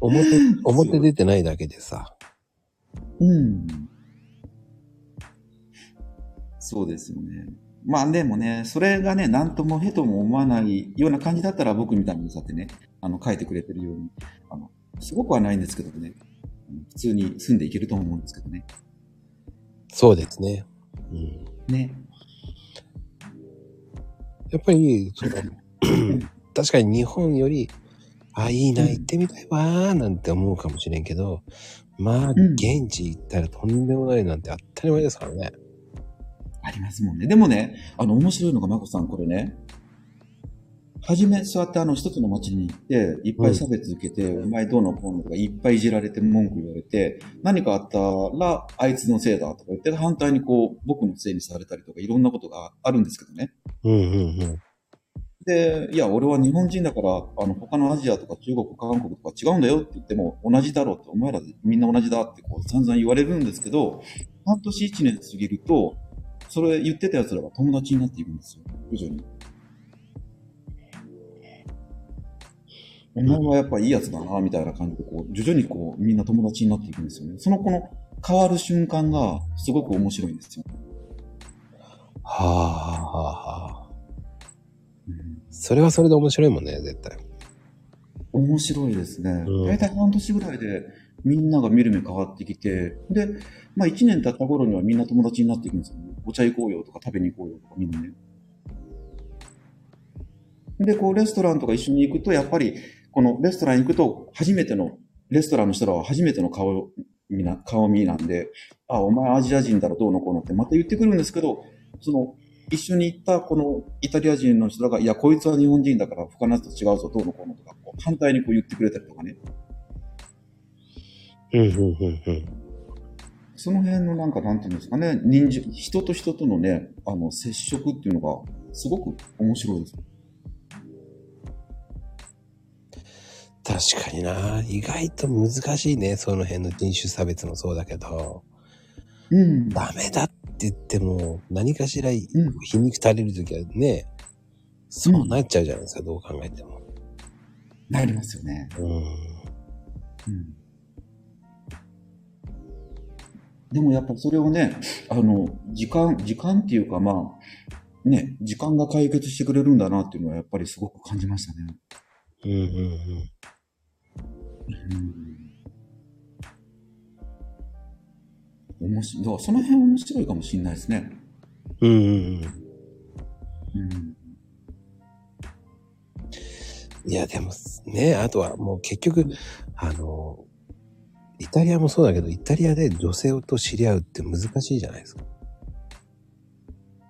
Speaker 1: 表、表出てないだけでさ。
Speaker 2: うん。そうですよね。まあでもね、それがね、なんともへとも思わないような感じだったら僕みたいにさってね、あの、書いてくれてるように、あの、すごくはないんですけどね、普通に住んでいけると思うんですけどね。
Speaker 1: そうですね。うん。
Speaker 2: ね。
Speaker 1: やっぱり、その確かに日本より、あ、いいな、
Speaker 2: うん
Speaker 1: 行ってみたいわー、なんて思うかもしれんけど、まあ、
Speaker 2: ん
Speaker 1: 現地行ったらとんでもないなんて当たり前ですからね。
Speaker 2: ありますもんね。でもね、あの、面白いのが、まこさん、これね、はじめ、そうやってあの、一つの町に行って、いっぱい差別受けて、お前どうのこうのとか、いっぱいいじられて、文句言われて、何かあったら、あいつのせいだとか言って、反対にこう、僕のせいにされたりとか、いろんなことがあるんですけどね。
Speaker 1: うんうんうん。
Speaker 2: で、いや、俺は日本人だから、あの、他のアジアとか中国、韓国とか違うんだよって言っても、同じだろうって、お前らみんな同じだってこう散々言われるんですけど、半年一年過ぎると、それ言ってた奴らが友達になっていくんですよ、徐々に。お前はやっぱいいやつだな、みたいな感じで、こう、徐々にこう、みんな友達になっていくんですよね。その子の変わる瞬間が、すごく面白いんですよ。
Speaker 1: はあ、はあ、はあ。
Speaker 2: うん
Speaker 1: それはそれで面白いもんね、絶対。
Speaker 2: 面白いですね
Speaker 1: う。ん
Speaker 2: 大体半年ぐらいでみんなが見る目変わってきて、で、まあ1年経った頃にはみんな友達になっていくんですよね。お茶行こうよとか食べに行こうよとかみんなね。で、こうレストランとか一緒に行くと、やっぱりこのレストラン行くと初めての、レストランの人らは初めての顔見な、顔見なんで、あ、お前アジア人だろどうのこうのってまた言ってくるんですけど、その一緒に行ったこのイタリア人の人らが、いや、こいつは日本人だから他のやつと違うぞ、どうのこうのとか、こう反対にこう言ってくれたりとかね。
Speaker 1: うん、うん、うん、うん。
Speaker 2: その辺のなんか、なんていうんですかね、人情、人と人とのね、あの、接触っていうのが、すごく面白いです。
Speaker 1: 確かにな。意外と難しいね、その辺の人種差別もそうだけど。
Speaker 2: うん。
Speaker 1: ダメだって言っても、何かしら皮
Speaker 2: うん
Speaker 1: 肉垂れるときはね、そうなっちゃうじゃないですか、どう考えても。
Speaker 2: なりますよね。
Speaker 1: うん。
Speaker 2: うん。でもやっぱそれをね、あの、時間、時間っていうかまあ、ね、時間が解決してくれるんだなっていうのはやっぱりすごく感じましたね。
Speaker 1: うんうん
Speaker 2: うん面白い。だからその辺面白いかもしれないですね。
Speaker 1: うん。うんうんうん。
Speaker 2: うん。
Speaker 1: いや、でもね、あとはもう結局、あの、イタリアもそうだけど、イタリアで女性と知り合うって難しいじゃないですか。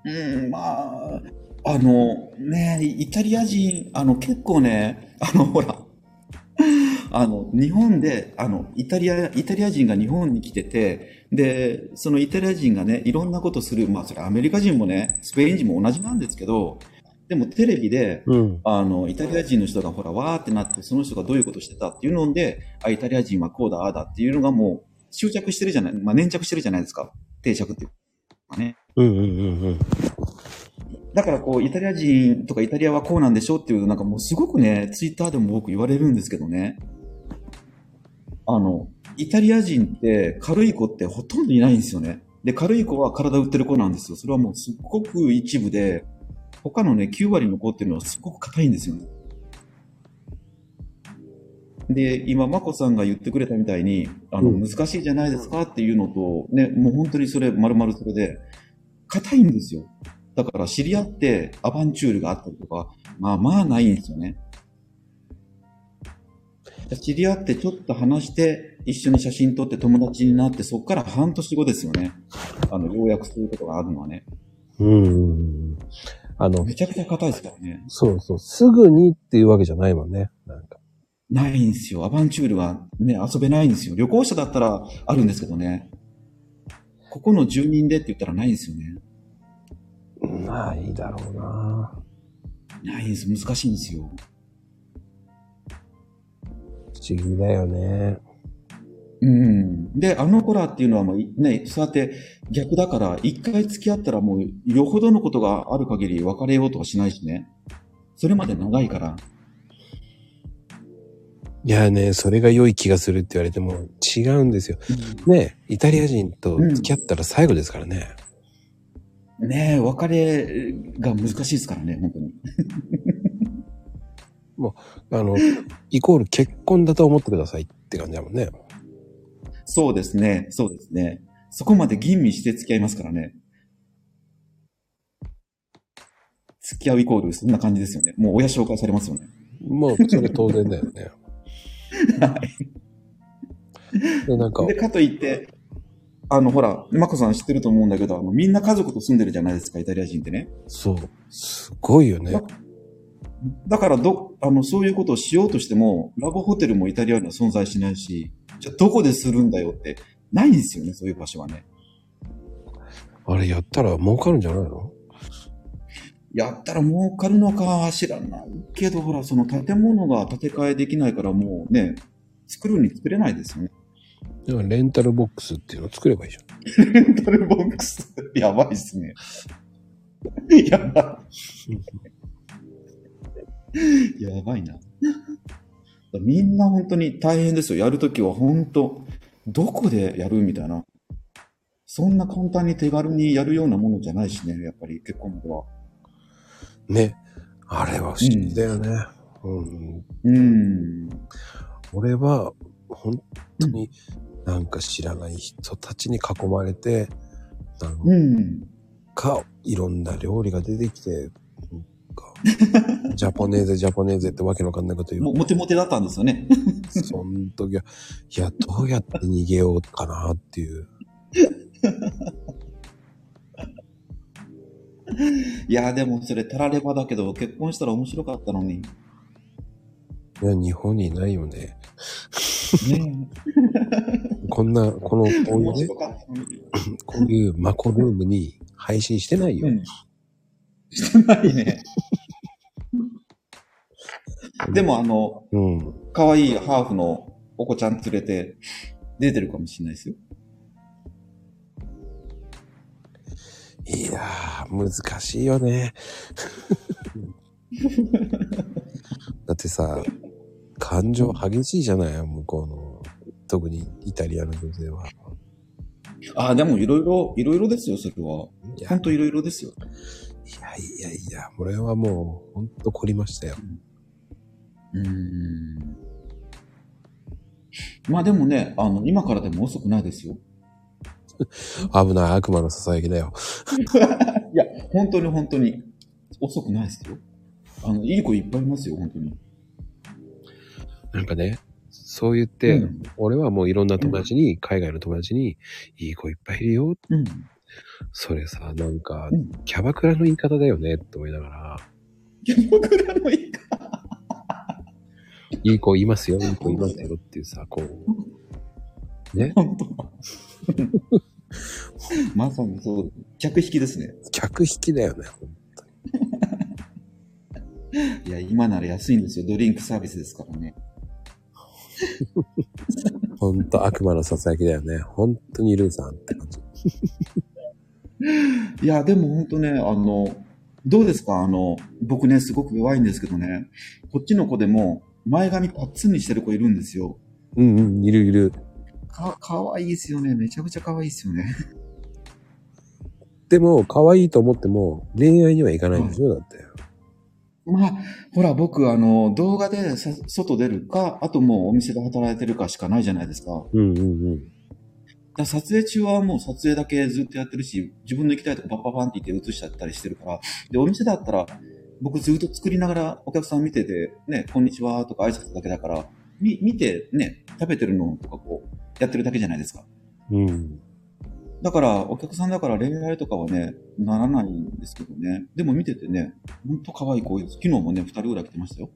Speaker 2: うん、まあ、あの、ね、イタリア人、あの、結構ね、あの、ほら、あの、日本で、あの、イタリア、イタリア人が日本に来てて、で、そのイタリア人がね、いろんなことする、まあ、それアメリカ人もね、スペイン人も同じなんですけど、でもテレビで、
Speaker 1: うん。
Speaker 2: あの、イタリア人の人がほら、わーってなって、その人がどういうことしてたっていうので、あ、イタリア人はこうだ、ああだっていうのがもう、執着してるじゃない、まあ、粘着してるじゃないですか。定着っていうかね。
Speaker 1: うんうんうんうん。
Speaker 2: だからこう、イタリア人とかイタリアはこうなんでしょうっていう、なんかもうすごくね、ツイッターでも僕言われるんですけどね。あの、イタリア人って軽い子ってほとんどいないんですよね。で、軽い子は体売ってる子なんですよ。それはもうすっごく一部で、他のね、9割の子っていうのはすごく硬いんですよね。で、今、まこさんが言ってくれたみたいに、あの、
Speaker 1: うん
Speaker 2: 難しいじゃないですかっていうのと、ね、もう本当にそれ、丸々それで、硬いんですよ。だから知り合ってアバンチュールがあったりとか、まあまあないんですよね。知り合ってちょっと話して、一緒に写真撮って友達になって、そこから半年後ですよね。あの、ようやくすることがあるのはね。
Speaker 1: うんうんうん。あの、
Speaker 2: めちゃくちゃ硬いですからね。
Speaker 1: そうそう、すぐにっていうわけじゃないもんね。なんか。
Speaker 2: ないんですよ。アバンチュールはね、遊べないんですよ。旅行者だったらあるんですけどね。ここの住人でって言ったらないんですよね。
Speaker 1: まあいいだろうな。
Speaker 2: ないんです。難しいんですよ。
Speaker 1: 不思議だよね。
Speaker 2: うん。で、あの子らっていうのはもういね、そうやって逆だから、一回付き合ったらもうよほどのことがある限り別れようとはしないしね。それまで長いから。
Speaker 1: いやね、それが良い気がするって言われても違うんですよ。ね、イタリア人と付き合ったら最後ですからね。
Speaker 2: ねえ、別れが難しいですからね、本当に。
Speaker 1: あ の、イコール結婚だと思ってくださいって感じだもんね。
Speaker 2: そうですね、そうですね。そこまで吟味して付き合いますからね。付き合うイコール、そんな感じですよね。もう親紹介されますよね。
Speaker 1: もう、それ当然だよ ね。で、なんか
Speaker 2: で、、かといって、あの、ほら、マコさん知ってると思うんだけど、あの、みんな家族と住んでるじゃないですか、イタリア人ってね。
Speaker 1: そう、すごいよね
Speaker 2: だ。だからど、あの、そういうことをしようとしても、ラブホテルもイタリアには存在しないし、じゃあどこでするんだよって、ないんですよね、そういう場所はね。
Speaker 1: あれやったら儲かるんじゃないの
Speaker 2: やったら儲かるのかは知らないけど、ほら、その建物が建て替えできないからもうね、作るに作れないですよね。
Speaker 1: でもレンタルボックスっていうのを作ればいいじゃん。
Speaker 2: レンタルボックス、やばいっすね。 やばい。やばいな。みんな本当に大変ですよ。やるときは本当、どこでやるみたいな。そんな簡単に手軽にやるようなものじゃないしね、やっぱり結婚までは。
Speaker 1: ね。あれは不思議だよね。うん。
Speaker 2: うん。
Speaker 1: 俺は、本当になんか知らない人たちに囲まれて、なん
Speaker 2: うん。
Speaker 1: かいろんな料理が出てきて、なんか ジャポネーゼ、ジャポネーゼってわけのわかんないこと言
Speaker 2: も
Speaker 1: う。
Speaker 2: モテモテだったんですよね。
Speaker 1: その時は、いや、どうやって逃げようかなっていう。
Speaker 2: いや、でもそれたらればだけど、結婚したら面白かったの に。
Speaker 1: いや、日本にいないよね。
Speaker 2: ね
Speaker 1: こんな、この、こう
Speaker 2: え。
Speaker 1: いう
Speaker 2: 面
Speaker 1: ね
Speaker 2: 白、かったのに。
Speaker 1: こういうマコルームに配信してないよ。
Speaker 2: うん。してないね。 でもあの、
Speaker 1: うん。
Speaker 2: 可愛いハーフのお子ちゃん連れて出てるかもしれないですよ。
Speaker 1: いやー、難しいよね。 だってさ、感情激しいじゃない向こうの。特にイタリアの女性は。
Speaker 2: ああ、でもいろいろ、いろいろですよ、それは。
Speaker 1: いや
Speaker 2: ほんといろいろですよ。
Speaker 1: いやいやいや、俺はもう、ほんと凝りましたよ。
Speaker 2: うーん。まあでもね、あの、今からでも遅くないですよ。
Speaker 1: 危ない悪魔の囁きだよ。
Speaker 2: いや、本当に本当に、遅くないですよ。あの、いい子いっぱいいますよ、本当に。
Speaker 1: なんかね、そう言って、
Speaker 2: うん
Speaker 1: 俺はもういろんな友達に、海外の友達に、いい子いっぱいいるよ。
Speaker 2: うん。
Speaker 1: それさ、なんか
Speaker 2: うん、
Speaker 1: キャバクラの言い方だよね、って思いながら、
Speaker 2: 僕らのいい子。
Speaker 1: いい子いますよ、いい子いますよっていうさ、こう、
Speaker 2: 本当だ まさにそう、客引きですね。
Speaker 1: 客引きだよね。
Speaker 2: いや、今なら安いんですよ。ドリンクサービスですからね。
Speaker 1: ほんと悪魔のささやきだよね。ほんとにルーさんって感じ。
Speaker 2: いや、でも本当ね、あの、どうですかあの、僕ね、すごく弱いんですけどね、こっちの子でも、前髪パッツンにしてる子いるんですよ。
Speaker 1: うんうん、いるいる。
Speaker 2: か、かわいいですよね。めちゃくちゃかわいいですよね。
Speaker 1: でも、可愛いと思っても、恋愛にはいかないんでしょだって。
Speaker 2: まあ、ほら、僕、あの、動画でさ外出るか、あともうお店で働いてるかしかないじゃないですか。だか
Speaker 1: うんうんうん。
Speaker 2: ら撮影中はもう撮影だけずっとやってるし、自分の行きたいとこパッパパンって言って映しちゃったりしてるから、で、お店だったら、僕ずっと作りながらお客さん見てて、ね、こんにちはとか挨拶だけだから、み、見てね、食べてるのとかこう、やってるだけじゃないですか。
Speaker 1: うん。
Speaker 2: だから、お客さんだから恋愛とかはね、ならないんですけどね。でも見ててね、ほんと可愛い子、昨日もね、二人ぐらい来てましたよ。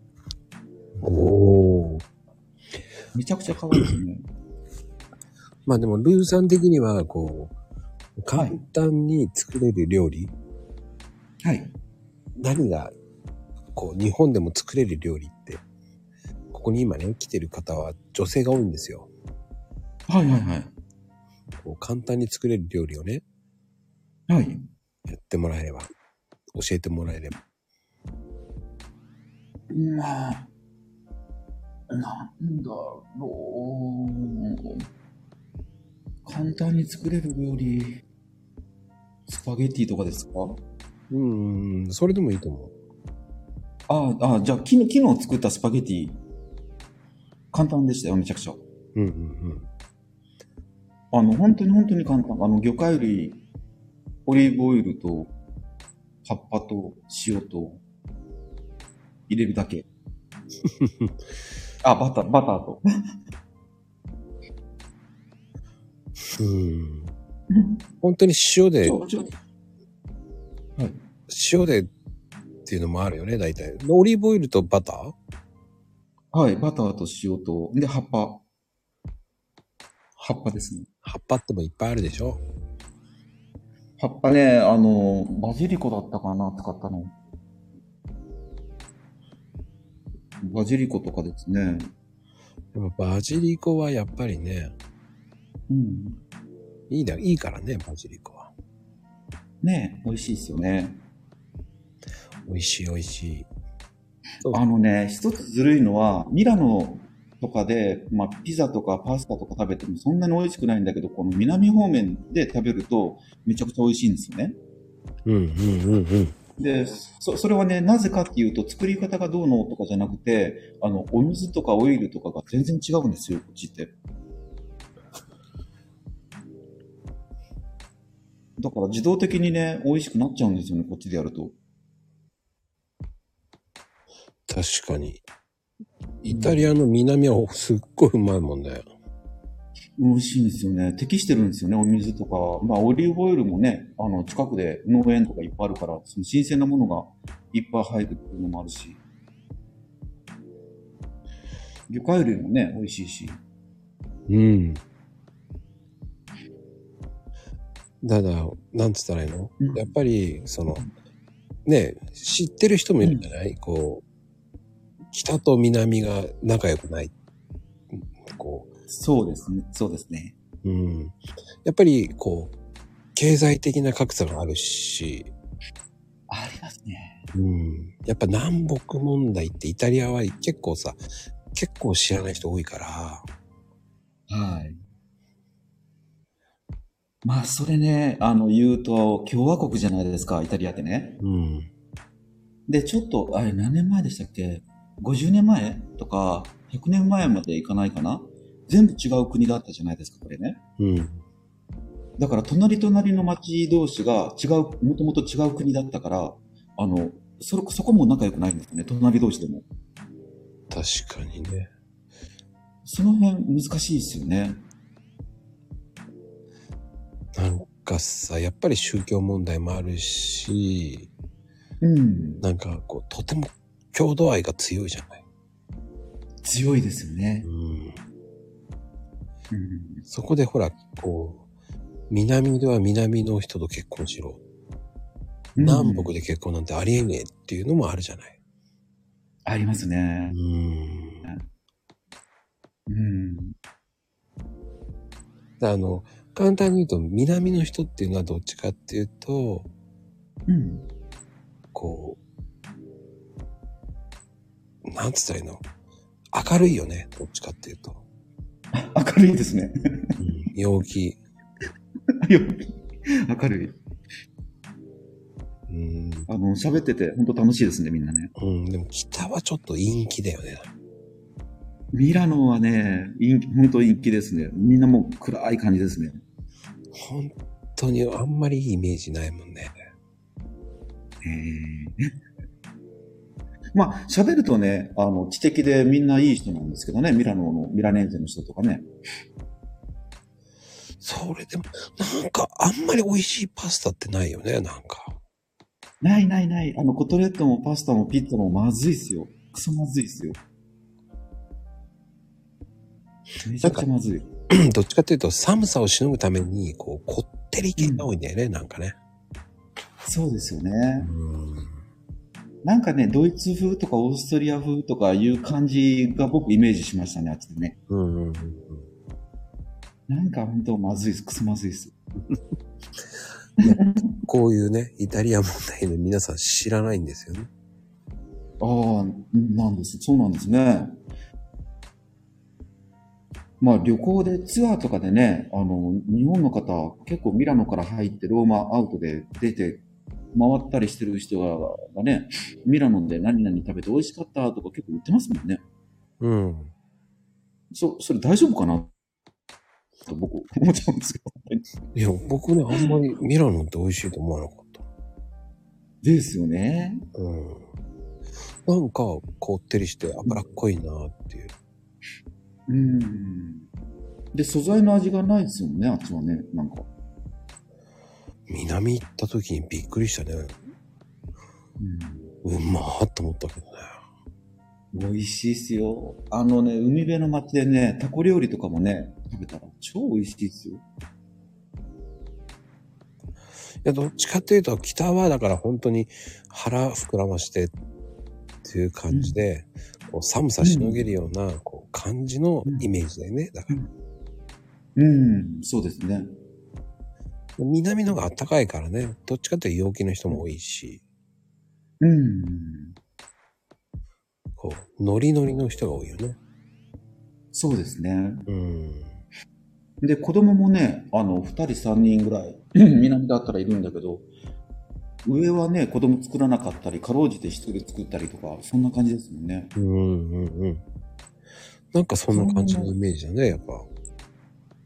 Speaker 1: おお。
Speaker 2: めちゃくちゃ可愛いですよね。
Speaker 1: まあでも、ルーさん的には、こう、簡単に作れる料理、
Speaker 2: はい。
Speaker 1: 何が、こう、日本でも作れる料理って、ここに今ね、来てる方は女性が多いんですよ。
Speaker 2: はいはいはい。
Speaker 1: こう簡単に作れる料理をね、
Speaker 2: はい。
Speaker 1: やってもらえれば、教えてもらえれば。
Speaker 2: まあ、なんだろう。簡単に作れる料理。スパゲッティとかですか
Speaker 1: うん、それでもいいと思う。
Speaker 2: ああ、ああじゃあ昨日、昨日作ったスパゲッティ、簡単でしたよ、めちゃくちゃ。
Speaker 1: うんうん
Speaker 2: あの、本当に本当に簡単。あの、魚介類、オリーブオイルと、葉っぱと、塩と、入れるだけ。あ、バター、バター と。
Speaker 1: うん。うん。本当に塩で、
Speaker 2: そうちょ
Speaker 1: 塩でっていうのもあるよね、大体。オリーブオイルとバター
Speaker 2: はい、バターと塩と、で、葉っぱ。葉っぱですね。
Speaker 1: 葉っぱってもいっぱいあるでしょ
Speaker 2: 葉っぱね、あの、バジリコだったかな、使ったの。バジリコとかですね。
Speaker 1: やっぱバジリコはやっぱりね、
Speaker 2: うん。
Speaker 1: いいだ、いいからね、バジリコは。
Speaker 2: ねえ美味しいですよね。
Speaker 1: 美味しい美味しい。そう
Speaker 2: あのね、一つずるいのは、ミラノとかで、まあ、ピザとかパスタとか食べてもそんなに美味しくないんだけど、この南方面で食べるとめちゃくちゃ美味しいんですよね。
Speaker 1: うんうんうんうん。
Speaker 2: で、そそれはね、なぜかっていうと、作り方がどうのとかじゃなくて、あの、お水とかオイルとかが全然違うんですよ、こっちって。だから自動的にね、美味しくなっちゃうんですよね、こっちでやると。
Speaker 1: 確かに。イタリアの南はすっごいうまいもんね。
Speaker 2: 美味しいんですよね。適してるんですよね、お水とか。まあ、オリーブオイルもね、あの、近くで農園とかいっぱいあるから、その新鮮なものがいっぱい入るっていうのもあるし。魚介類もね、美味しいし。
Speaker 1: うん。ただ、なんつったらいいの、
Speaker 2: うん
Speaker 1: やっぱり、その、ね、知ってる人もいるんじゃない、こう、北と南が仲良くない。こ
Speaker 2: そうですね、そうですね。
Speaker 1: う、うん。やっぱり、こう、経済的な格差があるし、
Speaker 2: ありますね。
Speaker 1: うん。やっぱ南北問題ってイタリアは結構さ、結構知らない人多いから、
Speaker 2: はい。まあ、それね、あの、言うと、共和国じゃないですか、イタリアってね。
Speaker 1: うん。
Speaker 2: で、ちょっと、あれ、何年前でしたっけ ?50 年前とか、100年前までいかないかな全部違う国だったじゃないですか、これね。
Speaker 1: うん。
Speaker 2: だから、隣隣の町同士が違う、もともと違う国だったから、あの、それ、そこも仲良くないんですよね、隣同士でも。
Speaker 1: 確かにね。
Speaker 2: その辺、難しいですよね。
Speaker 1: なんかさ、やっぱり宗教問題もあるし、
Speaker 2: うん。
Speaker 1: なんかこう、とても郷土愛が強いじゃない。
Speaker 2: 強いですよね。
Speaker 1: うん。
Speaker 2: うん
Speaker 1: そこでほら、こう、南では南の人と結婚しろ。
Speaker 2: うん
Speaker 1: 南北で結婚なんてありえねえっていうのもあるじゃない。
Speaker 2: ありますね
Speaker 1: う。ん。
Speaker 2: うん。
Speaker 1: あの、簡単に言うと、南の人っていうのはどっちかっていうと、
Speaker 2: うん。
Speaker 1: こう、なんつったらいいの明るいよね、どっちかっていうと。
Speaker 2: 明るいですね。
Speaker 1: うん、陽気。
Speaker 2: 明るい。
Speaker 1: うん、
Speaker 2: あの、喋ってて、本当楽しいですね、みんなね。
Speaker 1: うん、でも北はちょっと陰気だよね。
Speaker 2: ミラノはね、陰気、本当陰気ですね。みんなもう暗い感じですね。
Speaker 1: 本当にあんまりいいイメージないもんね。
Speaker 2: へえ。 まあ、喋るとね、あの、知的でみんないい人なんですけどね、ミラノの、ミラネーゼの人とかね。
Speaker 1: それでも、なんかあんまり美味しいパスタってないよね、なんか。
Speaker 2: ないないない。あの、コトレットもパスタもピッツァもまずいっすよ。クソまずいっすよ。めちゃくちゃまずい。
Speaker 1: どっちかっていうと寒さをしのぐために、こう、こってり系が多いんだよね、なんかね。
Speaker 2: そうですよ
Speaker 1: う
Speaker 2: ね。
Speaker 1: ん。
Speaker 2: なんかね、ドイツ風とかオーストリア風とかいう感じが僕イメージしましたね、あっちでね。
Speaker 1: うんうんうんうん。
Speaker 2: なんか本当まずいです。くそまずいです。
Speaker 1: こういうね、イタリア問題の皆さん知らないんですよね。
Speaker 2: ああ、なんです。そうなんですね。まあ旅行でツアーとかでね、あの、日本の方、結構ミラノから入ってローマアウトで出て回ったりしてる人がね、ミラノで何々食べて美味しかったとか結構言ってますもんね。
Speaker 1: うん。
Speaker 2: そ、それ大丈夫かなと僕思っちゃうんですけど。
Speaker 1: いや、僕ね、あんまりミラノって美味しいと思わなかった。
Speaker 2: ですよね。
Speaker 1: うん。なんか、こってりして脂っこいなっていう。
Speaker 2: うん。で、素材の味がないですよね、あっちはね。なんか。
Speaker 1: 南行った時にびっくりしたね。うまーっと思ったけどね。
Speaker 2: 美味しいっすよ。あのね、海辺の街でね、タコ料理とかもね、食べたら超美味しいっすよ。
Speaker 1: いや、どっちかっていうと、北はだから本当に腹膨らましてってという感じで、こう寒さしのげるような、こう、感じのイメージだよね。だから、
Speaker 2: うん、そうですね。
Speaker 1: 南の方が暖かいからね、どっちかっていうと陽気の人も多いし、
Speaker 2: うん、
Speaker 1: こう、ノリノリの人が多いよね。
Speaker 2: そうですね。
Speaker 1: うん。
Speaker 2: で、子供もね、あの、二人三人ぐらい、 南だったらいるんだけど、上はね、子供作らなかったり、かろうじて一人作ったりとか、そんな感じですもんね。
Speaker 1: うんうんうん。なんかそんな感じのイメージだね、やっぱ。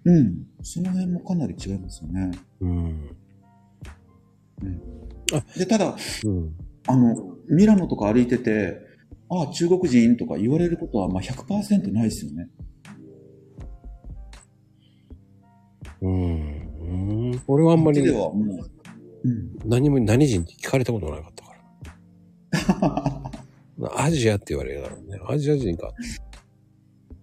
Speaker 2: うん。その辺もかなり違いますよね。
Speaker 1: うん。
Speaker 2: で、ただ、
Speaker 1: うん。
Speaker 2: あの、ミラノとか歩いてて、ああ、中国人とか言われることは、まあ、100%ないですよね。
Speaker 1: うん。うん俺はあんまり
Speaker 2: こっちではもう、うん。
Speaker 1: 何も、何人って聞かれたことなかった から。アジアって言われるだろうね。アジア人か。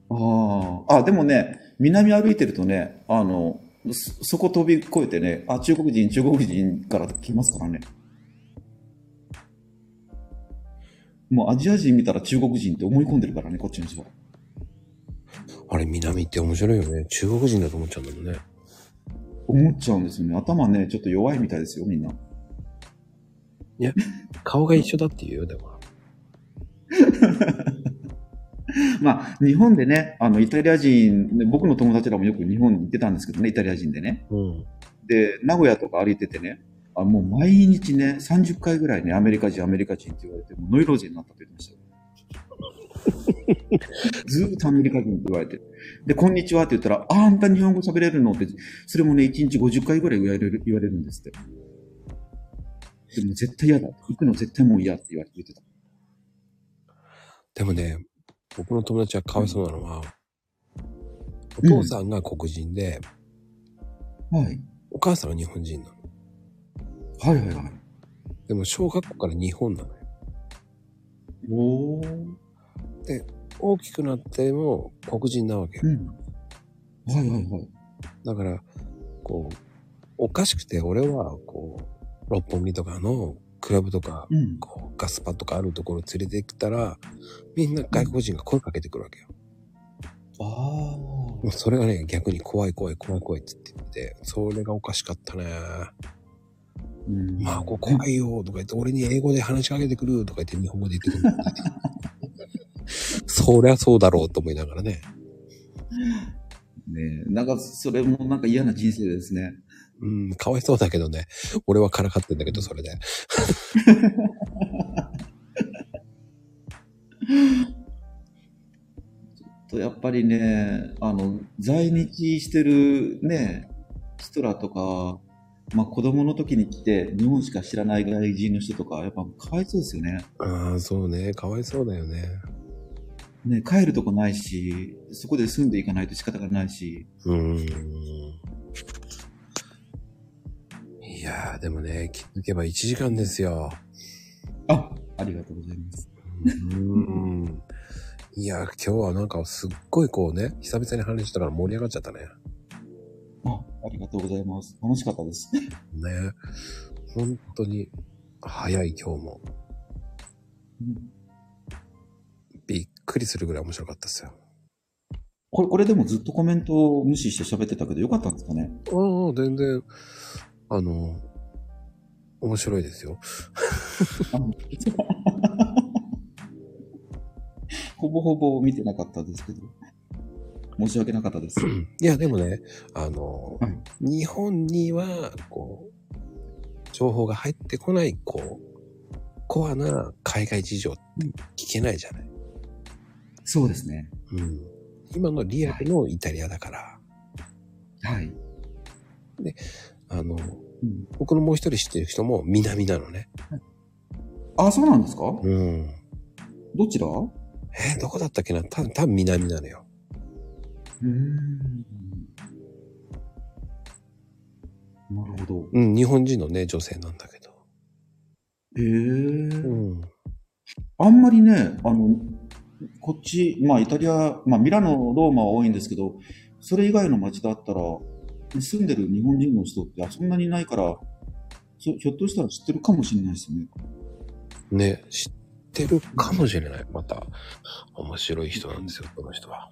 Speaker 2: ああ。あ、でもね、南歩いてるとね、あの、そ、そこ飛び越えてね、あ、中国人、中国人から来ますからね。もうアジア人見たら中国人って思い込んでるからね、こっちの人は。
Speaker 1: あれ、南って面白いよね。中国人だと思っちゃうんだもんね。
Speaker 2: 思っちゃうんですよね。頭ね、ちょっと弱いみたいですよ、みんな。
Speaker 1: 顔が一緒だって言うよ、でも。
Speaker 2: まあ、日本でね、あの、イタリア人、ね僕の友達らもよく日本に行ってたんですけどね、イタリア人でね。
Speaker 1: うん。
Speaker 2: で、名古屋とか歩いててね、あもう毎日ね、30回ぐらいね、アメリカ人、アメリカ人って言われて、もうノイローゼになったって言ってましたよ。ずーっとアメリカ人って言われて。で、こんにちはって言ったら、ああんた日本語喋れるのって、それもね、1日50回ぐらい言われる言われるんですって。でも絶対嫌だ。行くの絶対もう嫌って言われて言ってた。
Speaker 1: でもね、僕の友達はかわいそうなのは、お父さんが黒人で、
Speaker 2: はい。
Speaker 1: お母さんが日本人なの。
Speaker 2: はいはいはい。
Speaker 1: でも、小学校から日本なのよ。
Speaker 2: おー。
Speaker 1: 大きくなっても黒人なわけよ。
Speaker 2: うん。はいはいはい。
Speaker 1: だから、こう、おかしくて、俺は、こう、六本木とかのクラブとか、
Speaker 2: うん。
Speaker 1: こう、ガスパとかあるところ連れてきたら、みんな外国人が声かけてくるわけよ。
Speaker 2: ああ。
Speaker 1: もうそれがね、逆に怖い怖い怖い怖いって言ってて、それがおかしかったね。
Speaker 2: うん
Speaker 1: まあ、こう怖いよとか言って、俺に英語で話しかけてくるとか言って、日本語で言ってくる。 そりゃそうだろうと思いながらね。
Speaker 2: ねえなんか、それもなんか嫌な人生ですね。
Speaker 1: うん、かわいそうだけどね。俺はからかってんだけど、それで。
Speaker 2: と、やっぱりね、あの、在日してるね、ヒトラーとか、まあ子供の時に来て、日本しか知らない外人の人とか、やっぱかわいそうですよね。
Speaker 1: ああ、そうね。かわいそうだよね。
Speaker 2: ねえ帰るとこないし、そこで住んでいかないと仕方がないし。
Speaker 1: うーん。いやー、でもね、気づけば1時間ですよ。
Speaker 2: あ、ありがとうございます。
Speaker 1: うーん。いやー、今日はなんかすっごいこうね、久々に話したから盛り上がっちゃったね。
Speaker 2: あ、ありがとうございます。楽しかったです。
Speaker 1: ね。本当に、早い今日も。
Speaker 2: うん
Speaker 1: びっくりするぐらい面白かったですよ。
Speaker 2: これ、これでもずっとコメントを無視して喋ってたけど、よかったんですかね
Speaker 1: ああ、全然、あの、面白いですよ。
Speaker 2: ほぼほぼ見てなかったですけど。申し訳なかったです。
Speaker 1: いや、でもね、あの、
Speaker 2: はい
Speaker 1: 日本には、こう、情報が入ってこない、こう、コアな海外事情って聞けないじゃない。
Speaker 2: そうですね。
Speaker 1: うん。今のリアルのイタリアだから、
Speaker 2: はい。
Speaker 1: あの、僕のもう一人知ってる人も南なのね。
Speaker 2: あ、そうなんですか
Speaker 1: うん。
Speaker 2: どちら
Speaker 1: えーどこだったっけなた多分南なのよ。
Speaker 2: うん。なるほど。
Speaker 1: うん、日本人のね、女性なんだけど。
Speaker 2: へえ
Speaker 1: うん。
Speaker 2: あんまりね、あの、こっち、まあイタリア、まあミラノ、ローマは多いんですけど、それ以外の街だったら、住んでる日本人の人ってそんなにいないから、そひょっとしたら知ってるかもしれないですね。
Speaker 1: ね、知っってるかもしれない。また、面白い人なんですよ、この人は。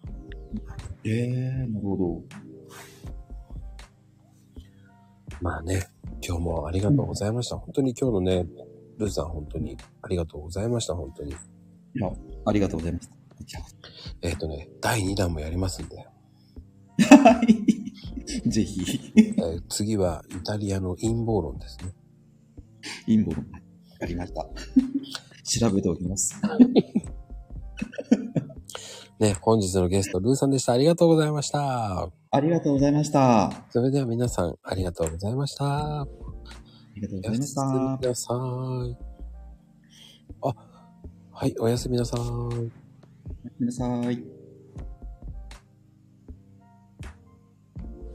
Speaker 2: ええなるほ
Speaker 1: まあね、今日もありがとうございました。本当に今日のね、ルーさん本当にありがとうございました、本当に。
Speaker 2: ど。ありがとうございます。
Speaker 1: えっ、とね、第2弾もやりますんで、
Speaker 2: はい。ぜひ、
Speaker 1: えー次はイタリアの陰謀論ですね。
Speaker 2: インボの。ありました。調べておきます。
Speaker 1: ね、本日のゲスト、ルーさんでした。ありがとうございました。
Speaker 2: ありがとうございました。あ
Speaker 1: それでは皆さん、ありがとうございました。
Speaker 2: りがとうご
Speaker 1: お
Speaker 2: ざい
Speaker 1: や
Speaker 2: ますした。
Speaker 1: みなさい。あ、はい、おやすみなさい。
Speaker 2: ごめんなさい。